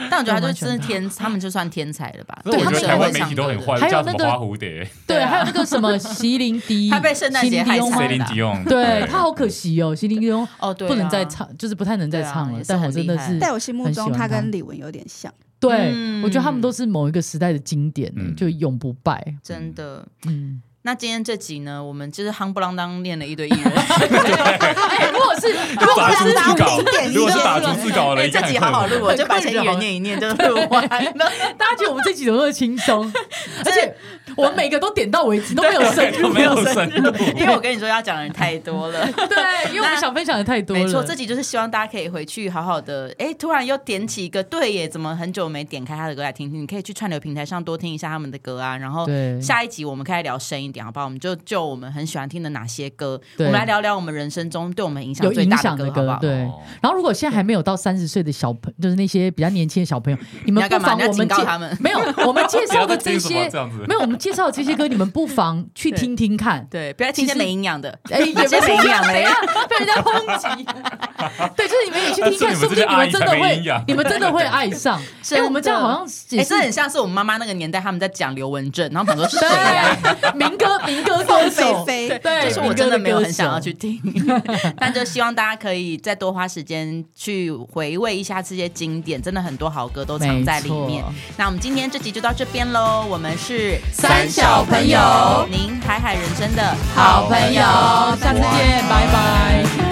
Speaker 1: 但我觉得他就是真的啊天，他们就算天才了吧？
Speaker 4: 可是我
Speaker 1: 他
Speaker 4: 觉
Speaker 1: 们也
Speaker 4: 得台湾
Speaker 1: 会
Speaker 4: 媒
Speaker 1: 唱
Speaker 4: 体都
Speaker 1: 歌
Speaker 4: 很
Speaker 1: 的
Speaker 4: 坏，
Speaker 3: 还有
Speaker 4: 叫什
Speaker 3: 那
Speaker 4: 么
Speaker 3: 个
Speaker 4: 花蝴蝶、
Speaker 3: 对，
Speaker 1: 对啊
Speaker 3: 还有那个什么席琳迪，
Speaker 1: 她被圣诞节害惨
Speaker 3: 席
Speaker 1: 了
Speaker 4: 谁
Speaker 3: 琳迪翁
Speaker 4: 林迪
Speaker 1: [LAUGHS]
Speaker 4: 用，
Speaker 3: 对她好可惜哦，席琳迪翁
Speaker 1: 哦，对啊，
Speaker 3: 不能再唱，就是不太能再唱
Speaker 1: 对啊
Speaker 3: 了
Speaker 1: 也。是
Speaker 3: 但
Speaker 1: 很
Speaker 3: 我真的
Speaker 1: 厉害
Speaker 3: 是
Speaker 1: 嗯
Speaker 5: 在我心目
Speaker 3: 很喜
Speaker 5: 中，
Speaker 3: 欢
Speaker 5: 他
Speaker 3: 他
Speaker 5: 跟李玟有点像。
Speaker 3: 对，
Speaker 1: 嗯
Speaker 3: 我觉得他们都是某一个时代的经典，
Speaker 4: 嗯
Speaker 3: 就永不败。
Speaker 1: 真的。
Speaker 3: 嗯，
Speaker 1: 那今天这集呢，我们就是夯不啷当念了一堆艺 [LAUGHS] 人，嗯
Speaker 3: 哎，如果
Speaker 1: [LAUGHS]
Speaker 3: 是
Speaker 4: 如果是
Speaker 5: 打
Speaker 4: 打逐字
Speaker 5: 经典
Speaker 4: 稿，
Speaker 5: 一
Speaker 4: 如果是
Speaker 5: 些
Speaker 4: 打
Speaker 5: 是吧
Speaker 4: 逐字稿的，
Speaker 1: 哎
Speaker 4: 应该
Speaker 1: 这
Speaker 4: 很
Speaker 1: 集
Speaker 4: 快
Speaker 1: 好好
Speaker 4: 乐
Speaker 1: 录，我就把
Speaker 3: 很
Speaker 1: 前
Speaker 3: 困
Speaker 1: 几
Speaker 3: 扰
Speaker 1: 个念一念就录 [LAUGHS] 完了。
Speaker 3: 大家觉得我们这集怎么那么
Speaker 1: [LAUGHS]
Speaker 3: 轻松？而且我们每个都点到为止，都没有深入，
Speaker 4: 都没有深入。
Speaker 1: 因为我跟你说要讲的人太多 [LAUGHS] 了。
Speaker 3: 对，因为我们想分享的太多了。
Speaker 1: 没错，这集就是希望大家可以回去好好的，哎，突然又点起一个，对耶，怎么很久没点开他的歌来听听？你可以去串流平台上多听一下他们的歌啊。然后
Speaker 3: 对
Speaker 1: 下一集我们可以聊深一点，好不好？我们就就我们很喜欢听的哪些歌，我
Speaker 3: 对
Speaker 1: 们来聊聊我们人生中对我们影响
Speaker 3: 有
Speaker 1: 最
Speaker 3: 影
Speaker 1: 大
Speaker 3: 响
Speaker 1: 歌，
Speaker 3: 的
Speaker 1: 好不
Speaker 3: 歌
Speaker 1: 好，？
Speaker 3: 对。
Speaker 4: 哦
Speaker 3: 然后，如果现在还没有到三十岁的小朋就是那些比较年轻的小朋友，你
Speaker 1: 你
Speaker 3: 们
Speaker 1: 要
Speaker 3: 不
Speaker 1: 干嘛？
Speaker 3: 妨
Speaker 1: 你要
Speaker 3: 我
Speaker 1: 警
Speaker 3: 们
Speaker 1: 告
Speaker 3: 介
Speaker 1: 他们？
Speaker 3: 没有我们介
Speaker 4: 不要
Speaker 3: 绍
Speaker 4: 再
Speaker 3: 的
Speaker 4: 听
Speaker 3: 这
Speaker 4: 什么
Speaker 3: 些
Speaker 4: 这样子
Speaker 3: 没，有我们介绍的这些歌，你们不妨去听听看。
Speaker 1: 对，不要听一些
Speaker 3: 其实
Speaker 1: 没营养的。
Speaker 4: [LAUGHS]
Speaker 3: 哎，也不
Speaker 1: 这
Speaker 3: 是
Speaker 1: 是
Speaker 3: 一
Speaker 1: 一
Speaker 3: 样 [LAUGHS]
Speaker 1: 样
Speaker 3: 的
Speaker 1: 的
Speaker 3: 呀，被人家抨击。对，就是你们也去听
Speaker 4: 是你
Speaker 3: 看，
Speaker 4: 们
Speaker 3: 说不
Speaker 4: 啊这些
Speaker 3: 定你
Speaker 4: 阿
Speaker 3: 们
Speaker 4: 姨
Speaker 3: 真的
Speaker 4: 才没营
Speaker 3: 会
Speaker 4: 养，
Speaker 3: 你们真
Speaker 4: [LAUGHS]
Speaker 3: 的会爱上。哎，
Speaker 1: 真的
Speaker 3: 我们这样好像
Speaker 1: 哎、
Speaker 3: 也是
Speaker 1: 这很像是我们妈妈那个年代他们在讲刘文正，然后我们想说谁呀、
Speaker 3: 对 [LAUGHS] 民歌民歌歌手
Speaker 5: 凤，飞飞
Speaker 3: 对，
Speaker 1: 就是我真的没有很想要去听， [LAUGHS] 但就希望大家可以再多花时间去回味一下这些经典，真的很多好歌都藏在里面
Speaker 3: 没错。
Speaker 1: 那我们今天这集就到这边喽，我们是
Speaker 3: 三小朋友
Speaker 1: 您海海人生的
Speaker 2: 好朋友
Speaker 3: 下次见，拜拜。